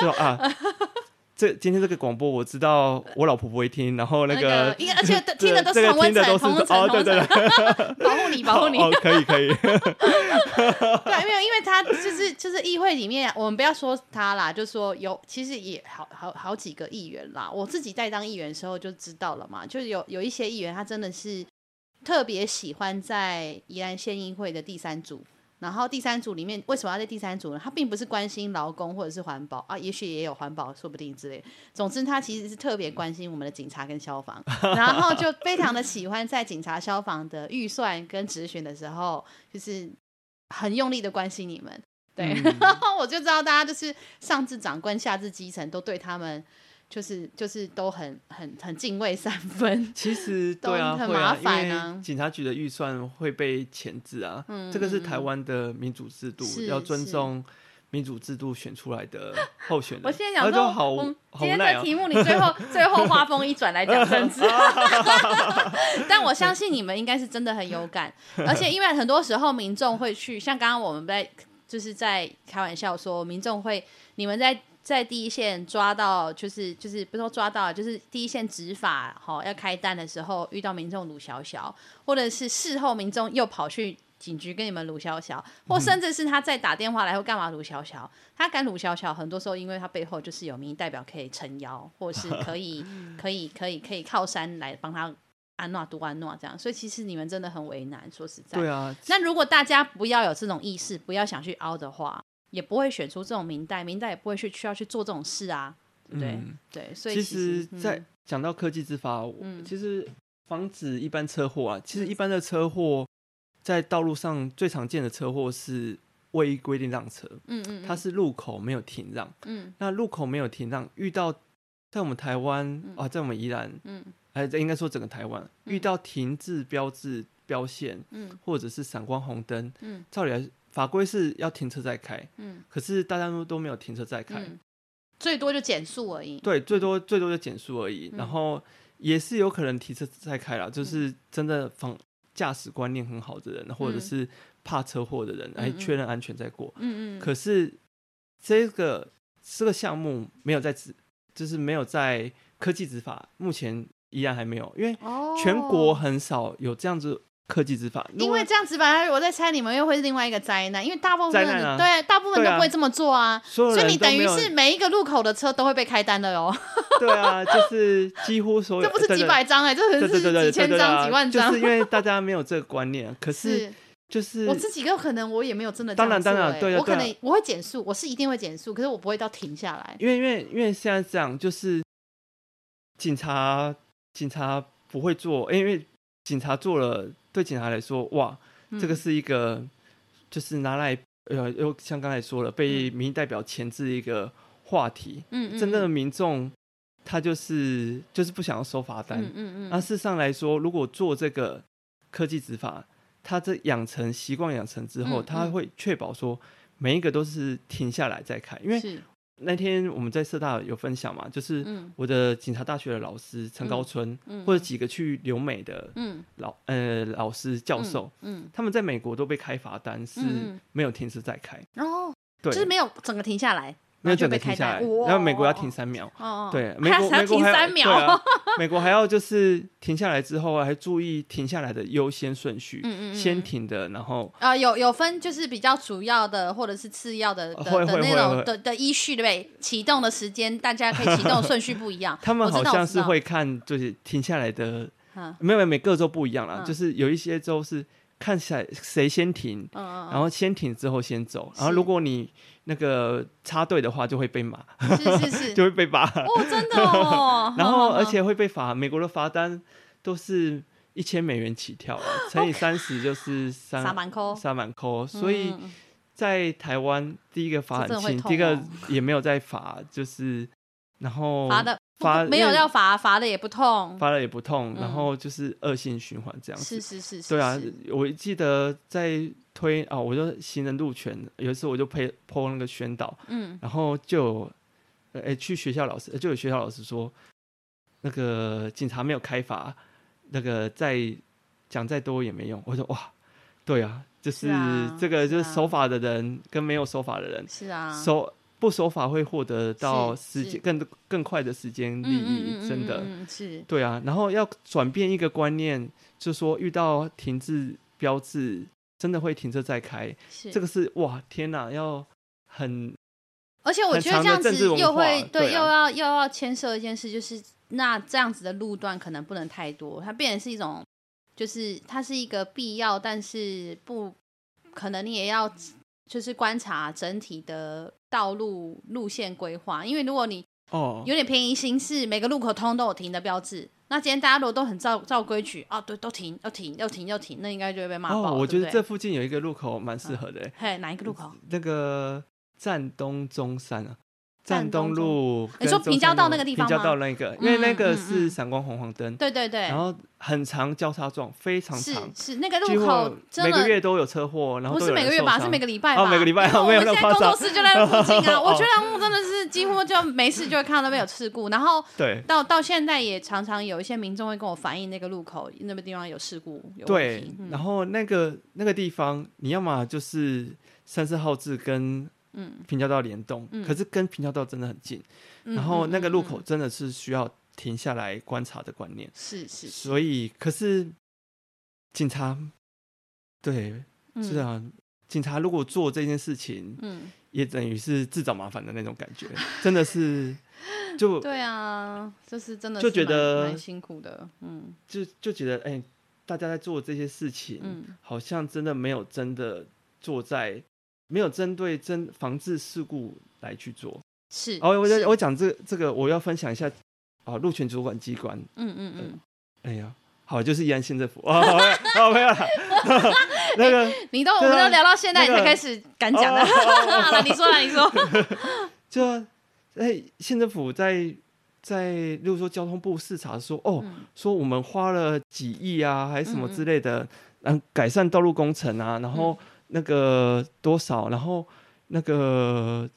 B: 就啊，这今天这个广播我知道我老婆不会听，然后那个
A: 应该而且听的都
B: 这
A: 是
B: 个
A: 同温
B: 听
A: 层，
B: 的都是
A: 同温层，
B: 哦，
A: 同
B: 对
A: 温
B: 对
A: 层，
B: 对，
A: 保护你，保护你。
B: 哦，可以可 以，
A: 对，没有，因为他就是就是议会里面，我们不要说他啦，就说有，其实也好好好几个议员啦。我自己在当议员的时候就知道了嘛，就是有有一些议员他真的是特别喜欢在宜兰县议会的第三组。然后第三组里面为什么要在第三组呢？他并不是关心劳工或者是环保啊，也许也有环保，说不定之类的。总之，他其实是特别关心我们的警察跟消防，然后就非常的喜欢在警察消防的预算跟执询的时候，就是很用力的关心你们。 对，
B: 嗯
A: 然后我就知道大家就是上至长官，下至基层，都对他们就是就是都很很很敬畏三分。
B: 其实
A: 懂
B: 对啊，
A: 很
B: 会
A: 麻烦
B: 啊，
A: 啊
B: 因为警察局的预算会被钳制啊。
A: 嗯
B: 这个是
A: 嗯
B: 台湾的民主制度，
A: 是
B: 要尊
A: 是
B: 重民主制度选出来的候选人。
A: 我现在想
B: 那就
A: 说，
B: 好
A: 我们
B: 好
A: 今天
B: 赖
A: 的
B: 啊
A: 题目，你最 后最后话锋一转来讲政治， 但我相信你们应该是真的很有感，而且因为很多时候民众会去，像刚刚我们在就是在开玩笑说，民众会你们在。在第一线抓到，就是就是不是说抓到，就是第一线执法，哈、要开单的时候遇到民众鲁小小，或者是事后民众又跑去警局跟你们鲁小小，
B: 嗯
A: 或甚至是他再打电话来或干嘛鲁小小，他敢鲁小小，很多时候因为他背后就是有民意代表可以撑腰，或是可 以
B: 嗯
A: 可以可以可以靠山来帮他安诺读安诺这样，所以其实你们真的很为难，说实在。
B: 对啊，
A: 那如果大家不要有这种意识，不要想去凹的话，也不会选出这种明代，明代也不会去需要去做这种事啊，对不对？
B: 嗯
A: 对，所以
B: 其
A: 实
B: 实，在
A: 嗯
B: 讲到科技执法，我
A: 嗯
B: 其实防止一般车祸啊，其实一般的车祸在道路上最常见的车祸是未依规定让车，
A: 嗯嗯，
B: 它
A: 嗯
B: 是路口没有停让。
A: 嗯
B: 那路口没有停让，遇到在我们台湾啊，在我们宜兰，
A: 嗯
B: 哎，在应该说整个台湾遇到停滞标志标线
A: 嗯
B: 或者是闪光红灯，
A: 嗯，
B: 照理来法规是要停车再开，
A: 嗯
B: 可是大家都都没有停车再开，
A: 嗯，最多就减速而已。
B: 对，最多最多就减速而
A: 嗯
B: 已，然后也是有可能提车再开啦，就是真的防驾驶观念很好的人，或者
A: 嗯
B: 是怕车祸的人，哎，
A: 嗯嗯
B: 确认安全再过。
A: 嗯嗯，
B: 可是这个这个项目没有在执，就是没有在科技执法，目前依然还没有，因为
A: 哦，
B: 全国很少有这样子科技执法，
A: 因为这样子反而我在猜你们又会是另外一个灾难，因为大部分
B: 灾难
A: 人、
B: 啊
A: 对大部分都
B: 对啊
A: 不会这么做啊。
B: 所有
A: 所以
B: 人
A: 你
B: 都
A: 等
B: 没
A: 于
B: 有
A: 是每一个路口的车都会被开单的哦，
B: 对啊，就是几乎所有
A: 这不是几。百张哎、这可
B: 对对对对
A: 是
B: 对
A: 几千
B: 对对啊
A: 张、几万张
B: 就。是因为大家没有这个观念。可是
A: 是
B: 就是
A: 我自己有可能我也没有真的这
B: 当
A: 样
B: 然
A: 做
B: 当然
A: 欸
B: 对啊
A: 我可
B: 对啊
A: 能我会减速，我是一定会减速，可是我不会到停下来。
B: 因为因为因为现在这样，就是警察警察不会做，因为警察做了，对警察来说，哇，这个
A: 嗯
B: 是一个就是拿来呃，又像刚才说了，被民意代表钳制一个话题。
A: 嗯嗯
B: 真正的民众他就是就是不想要收罚单。啊
A: 嗯嗯嗯
B: 那事实上来说，如果做这个科技执法，他这养成习惯养成之后，
A: 嗯
B: 他
A: 嗯
B: 会确保说每一个都是停下来再开，因为
A: 嗯是
B: 那天我们在社大有分享嘛，就是
A: 嗯
B: 我的警察大学的老师陈高春，
A: 嗯
B: 或者几个去留美的
A: 嗯
B: 老呃老师教授，
A: 嗯
B: 他们在美国都被开罚单，是
A: 嗯嗯
B: 没有停止再开，
A: 然后
B: 对，
A: 就是没有整个停下来，
B: 没有整
A: 然后就被
B: 个
A: 开
B: 停下来，
A: 单哇
B: 然后美国要停三秒。
A: 哦，哦
B: 对，
A: 还
B: 美
A: 要
B: 国
A: 还要
B: 美国
A: 停
B: 还
A: 三秒，
B: 对啊美国还要就是停下来之后还注意停下来的优先顺序，
A: 嗯嗯嗯
B: 先停的，然后
A: 啊，有有分，就是比较主要的或者是次要的的
B: 呃会
A: 的
B: 会
A: 那
B: 会
A: 种
B: 会
A: 的的依序，对不对？启动的时间，大家可以启动的顺序不一样
B: 。他们
A: 我知
B: 好
A: 道
B: 像是，会看就是停下来的
A: 我知道嗯
B: 没有，每各州不一样啦，
A: 嗯
B: 就是有一些州是看起来谁先停，
A: 嗯嗯
B: 然后先停之后先走，然后
A: 是
B: 如果你那个插队的话，就会被骂，
A: 嗯，是是是，
B: 就会被 罚，。
A: 哦，真的哦
B: 然后
A: 哈
B: 而，且会被罚。美国的罚单都是一千美元起跳啊，乘以三十就是
A: 哈
B: 三
A: 哈撒满抠，
B: 三万扣，所以
A: 嗯嗯嗯
B: 在台湾第一个罚
A: 这
B: 很
A: 真的会
B: 轻，
A: 痛
B: 第一个
A: 哦
B: 也没有在罚，就是然后
A: 嗯罚的不
B: 嗯罚
A: 没有
B: 因为
A: 要罚，罚的也不痛。
B: 罚了也不痛，
A: 嗯
B: 然后就是恶性循环这样子
A: 是。是是是，
B: 对啊
A: 是，
B: 我记得在推啊、我就行人路权，有一次我就配 PO 那个宣导，
A: 嗯
B: 然后就有呃、诶去学校老师，就有学校老师说，那个警察没有开罚，那个再讲再多也没用。我说哇，对啊，就是
A: 是啊
B: 这个就是
A: 是啊
B: 守法的人跟没有守法的人，
A: 是啊，
B: 守不守法会获得到
A: 是
B: 时
A: 是
B: 间更更快的时间
A: 嗯
B: 利益，真的。
A: 嗯嗯嗯嗯是
B: 对啊，然后要转变一个观念，就说遇到停滞标志，真的会停车再开，
A: 是
B: 这个是哇天哪，要很
A: 而且我
B: 很
A: 觉得
B: 长
A: 这样
B: 的
A: 子
B: 政治文
A: 又
B: 化
A: 会
B: 对啊
A: 又要又要牵涉一件事，就是那这样子的路段可能不能太多，它变成是一种，就是它是一个必要，但是不可能你也要就是观察整体的道路路线规划，因为如果你
B: 哦，
A: 有点便宜行事，每个路口通都有停的标志。那今天大家如果都很照照规矩啊，对，都停，要停，要停，要停，那应该就会被骂爆了。
B: 哦，我觉得
A: 对嗯
B: 这
A: 不
B: 附近有一个路口蛮适合的、欸
A: 对嘿哪一个路口？
B: 那个站东中山啊，站东路，
A: 你说平交道那个地方
B: 平交
A: 吗
B: 道那个，因为那
A: 嗯
B: 个
A: 嗯
B: 是
A: 嗯
B: 闪光红黄灯，
A: 对对对
B: 然，后很长交叉撞，非常
A: 是
B: 长，
A: 是那个
B: 几
A: 路
B: 乎
A: 口真
B: 每个
A: 的
B: 月都有车祸，然后
A: 不
B: 都
A: 是
B: 有
A: 每
B: 人
A: 个月
B: 受
A: 吧，是
B: 伤
A: 每个礼拜吧。
B: 哦每个礼拜
A: 因为我
B: 没有
A: 们
B: 那
A: 现在
B: 么夸
A: 工
B: 张
A: 作室就在那附近 啊，
B: 哦
A: 我觉得我真的是几乎就没事就会看到那边有事故，然后。
B: 对
A: 到到现在也常常有一些民众会跟我反映那个路口那个地方有事故，有问
B: 对
A: 题。，嗯
B: 然后那个那个地方，你要么就是三四号志跟
A: 嗯
B: 平交道联动，
A: 嗯
B: 可是跟平交道真的很近，
A: 嗯
B: 然后那个路口
A: 嗯嗯嗯
B: 真的是需要停下来观察的观念，
A: 是是是
B: 所以可是警察对是，啊，警察如果做这件事情，
A: 嗯
B: 也等于是自找麻烦的那种感觉，真的是
A: 嗯，
B: 就
A: 对啊，就是真的
B: 就是觉
A: 蛮
B: 得
A: 蛮辛苦的，嗯
B: 就就觉得哎、大家在做这些事情，
A: 嗯
B: 好像真的没有真的做在没有针对真防治事故来去做。
A: 是。
B: 哦，我
A: 是
B: 我讲这这个，我要分享一下啊，路权主管机关，
A: 嗯嗯嗯，
B: 哎呀，好，就是宜安县政府哦，好没有哦没有啦， 那个
A: 你都我
B: 对
A: 们
B: 啊
A: 都聊到现在，你
B: 那个
A: 才开始敢讲的。 好了，你说了，你 说。
B: 就哎，县政府在在，例如说交通部视察说，哦，
A: 嗯
B: 说我们花了几亿啊，还是什么
A: 嗯嗯嗯
B: 之类的，嗯，改善道路工程啊，然后那个多少，然后那个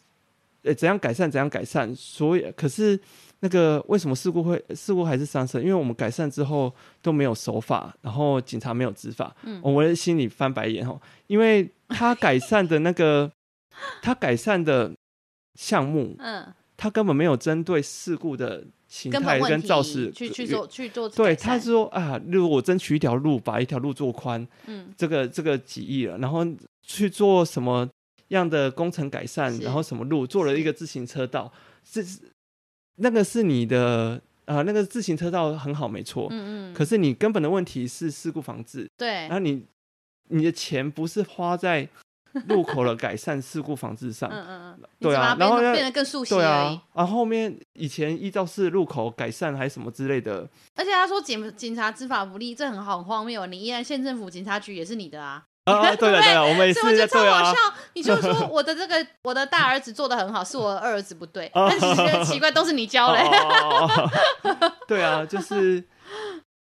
B: 呃怎样改善怎样改善，所以可是那个为什么事故会事故还是上升？因为我们改善之后都没有守法，然后警察没有执法，
A: 嗯
B: 哦我在心里翻白眼哦，因为他改善的那 个他改善的项目，
A: 嗯，
B: 他根本没有针对事故的形
A: 根
B: 态
A: 本问
B: 跟
A: 题
B: 肇事
A: 去去做去做
B: 对，
A: 改
B: 他
A: 善。
B: 是说啊，如果我争取一条路，把一条路做宽，
A: 嗯
B: 这个这个几亿了，然后去做什么样的工程改善，
A: 是
B: 然后什么路做了一个自行车道，这是那个是你的啊、那个自行车道很好，没错。
A: 嗯嗯，
B: 可是你根本的问题是事故防治，
A: 对
B: 然，后你你的钱不是花在路口的改善事故防治上
A: 嗯，嗯嗯，
B: 对啊
A: 你只把它
B: 然后
A: 变
B: 要
A: 得变得更熟悉
B: 对
A: 而已
B: 啊。，然后后面以前依照是路口改善还是什么之 类的，
A: 而且他说警警察执法不力，这很好很荒谬。啊你依然县政府警察局也是你的啊，
B: 啊，对了对了，我们也是
A: 所以我觉得超
B: 对
A: 好
B: 啊
A: 笑。。你就 说我的这个我的大儿子做的很好，是我二儿子不 对，
B: 哦
A: 但其实奇怪都是你教嘞。
B: 哦哦哦哦对啊，就是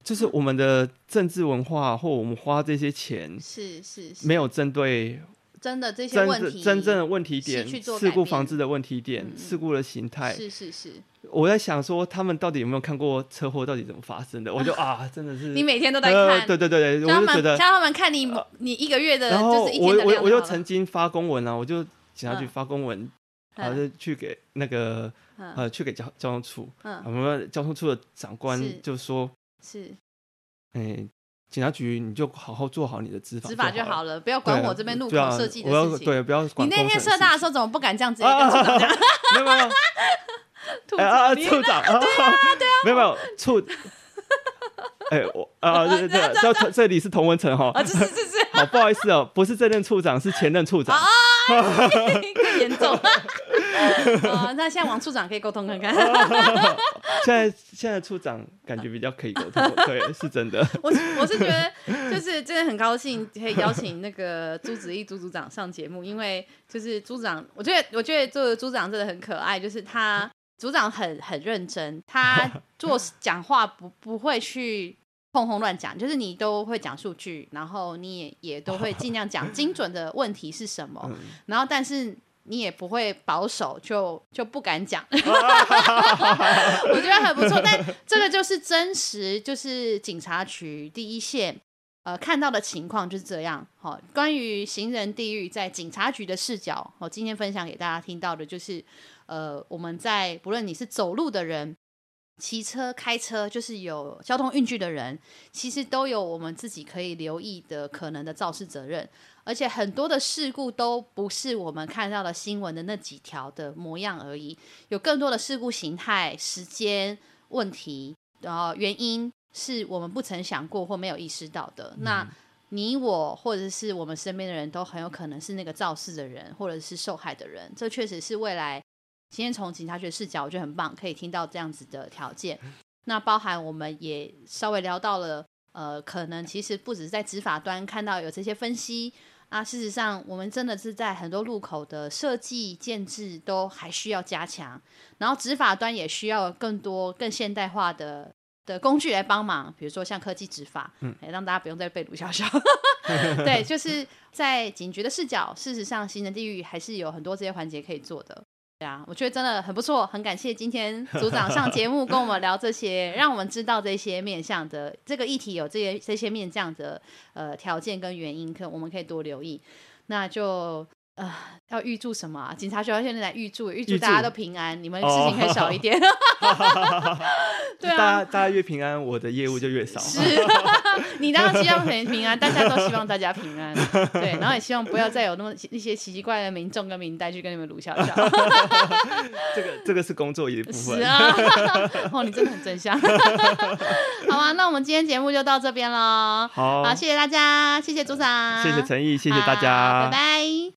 B: 就是我们的政治文化，或我们花这些钱，
A: 是是是，
B: 没有针对
A: 真的这些
B: 真
A: 问
B: 正
A: 题
B: 真正的问题点
A: 是去，做
B: 事
A: 改
B: 故
A: 变
B: 防治的问题点
A: 嗯，嗯
B: 事故的形态。
A: 是是是，
B: 我在想说，他们到底有没有看过车祸到底怎么发生的？我就 啊，真的是
A: 你每天都在
B: 呃
A: 看，
B: 对对对对，
A: 像他
B: 我就觉
A: 们
B: 得，呃
A: 像他们看你你一个月的
B: 然后
A: 就是一天
B: 我
A: 的
B: 我
A: 量
B: 我就
A: 好了
B: 曾经发公文啊，我就警察局
A: 嗯
B: 发公文，然后
A: 嗯
B: 就去给那个
A: 嗯
B: 呃去给交交通处，我
A: 嗯
B: 们交通处的长官
A: 是
B: 就说。
A: 是
B: 哎、警察局你就好好做好你的执法
A: 执法就
B: 好
A: 好
B: 了，
A: 了，不要
B: 对啊
A: 管我这边路口
B: 对啊
A: 设计
B: 我
A: 的
B: 要
A: 事情。
B: 对，不要
A: 你
B: 管
A: 那
B: 工
A: 天
B: 程
A: 社大的
B: 事
A: 时候怎么不敢这样直接
B: 情
A: 跟处长
B: 啊，没有没有，
A: 吐
B: 哎啊，
A: 槽
B: 啊
A: 你？
B: 处长啊，对啊对啊，没有没有处，哎、我啊对对对，这这这里是同文层哈，
A: 啊，这是这是
B: 好不好意思哦，不是这任处长，是前任处长
A: 啊，更严重。啊，那现在王处长可以沟通看看。
B: 现在现在处长感觉比较可以沟通，对，是真的，
A: 我是我是觉得，就是真的很高兴可以邀请那个朱子毅朱组长上节目，因为就是朱组长，我觉得我觉得这个朱组长真的很可爱，就是他组长很很认真，他做讲话不不会去。碰轰乱讲，就是你都会讲数据，然后你也也都会尽量讲精准的问题是什么，然后但是你也不会保守，就就不敢讲。我觉得很不错，但这个就是真实，就是警察局第一线呃看到的情况就是这样。好、关于行人地狱在警察局的视角，我、今天分享给大家听到的就是，呃，我们在不论你是走路的人。骑车、开车，就是有交通运具的人，其实都有我们自己可以留意的可能的肇事责任。而且很多的事故都不是我们看到的新闻的那几条的模样而已，有更多的事故形态、时间问题，然后原因是我们不曾想过或没有意识到的。那你我或者是我们身边的人都很有可能是那个肇事的人，或者是受害的人。这确实是未来今天从警察局的视角，我觉得很棒，可以听到这样子的条件。那包含我们也稍微聊到了，呃，可能其实不只是在执法端看到有这些分析，啊，事实上，我们真的是在很多路口的设计建制都还需要加强，然后执法端也需要更多更现代化的的工具来帮忙，比如说像科技执法，嗯，让大家不用再被鲁小 小。对，就是在警局的视角，事实上，行人地狱还是有很多这些环节可以做的。对啊，我觉得真的很不错，很感谢今 天组长上节目跟我们聊这些，让我们知道这些面向的这个议题有这些这些面向的呃条件跟原因，可我们可以多留意。那就呃要预祝什么、啊？警察学校现在来预祝，预祝
B: 预
A: 大家
B: 祝
A: 都平安，你们
B: 哦
A: 事情可以少一 点。对
B: 大
A: 啊
B: 家，大家越平安，我的业务就越少。
A: 是，你当然希望很平安，大家都希望大家平安，对，然后也希望不要再有那么一些奇奇怪怪的民众跟民代去跟你们鲁小 小。
B: 这个这个是工作一部分
A: 是。 啊，哦，你真的很真相。好啊，那我们今天节目就到这边喽。
B: 好，
A: 好，谢谢大家，谢谢组长，
B: 谢谢陈毅，谢谢
A: 好
B: 大家，
A: 拜拜。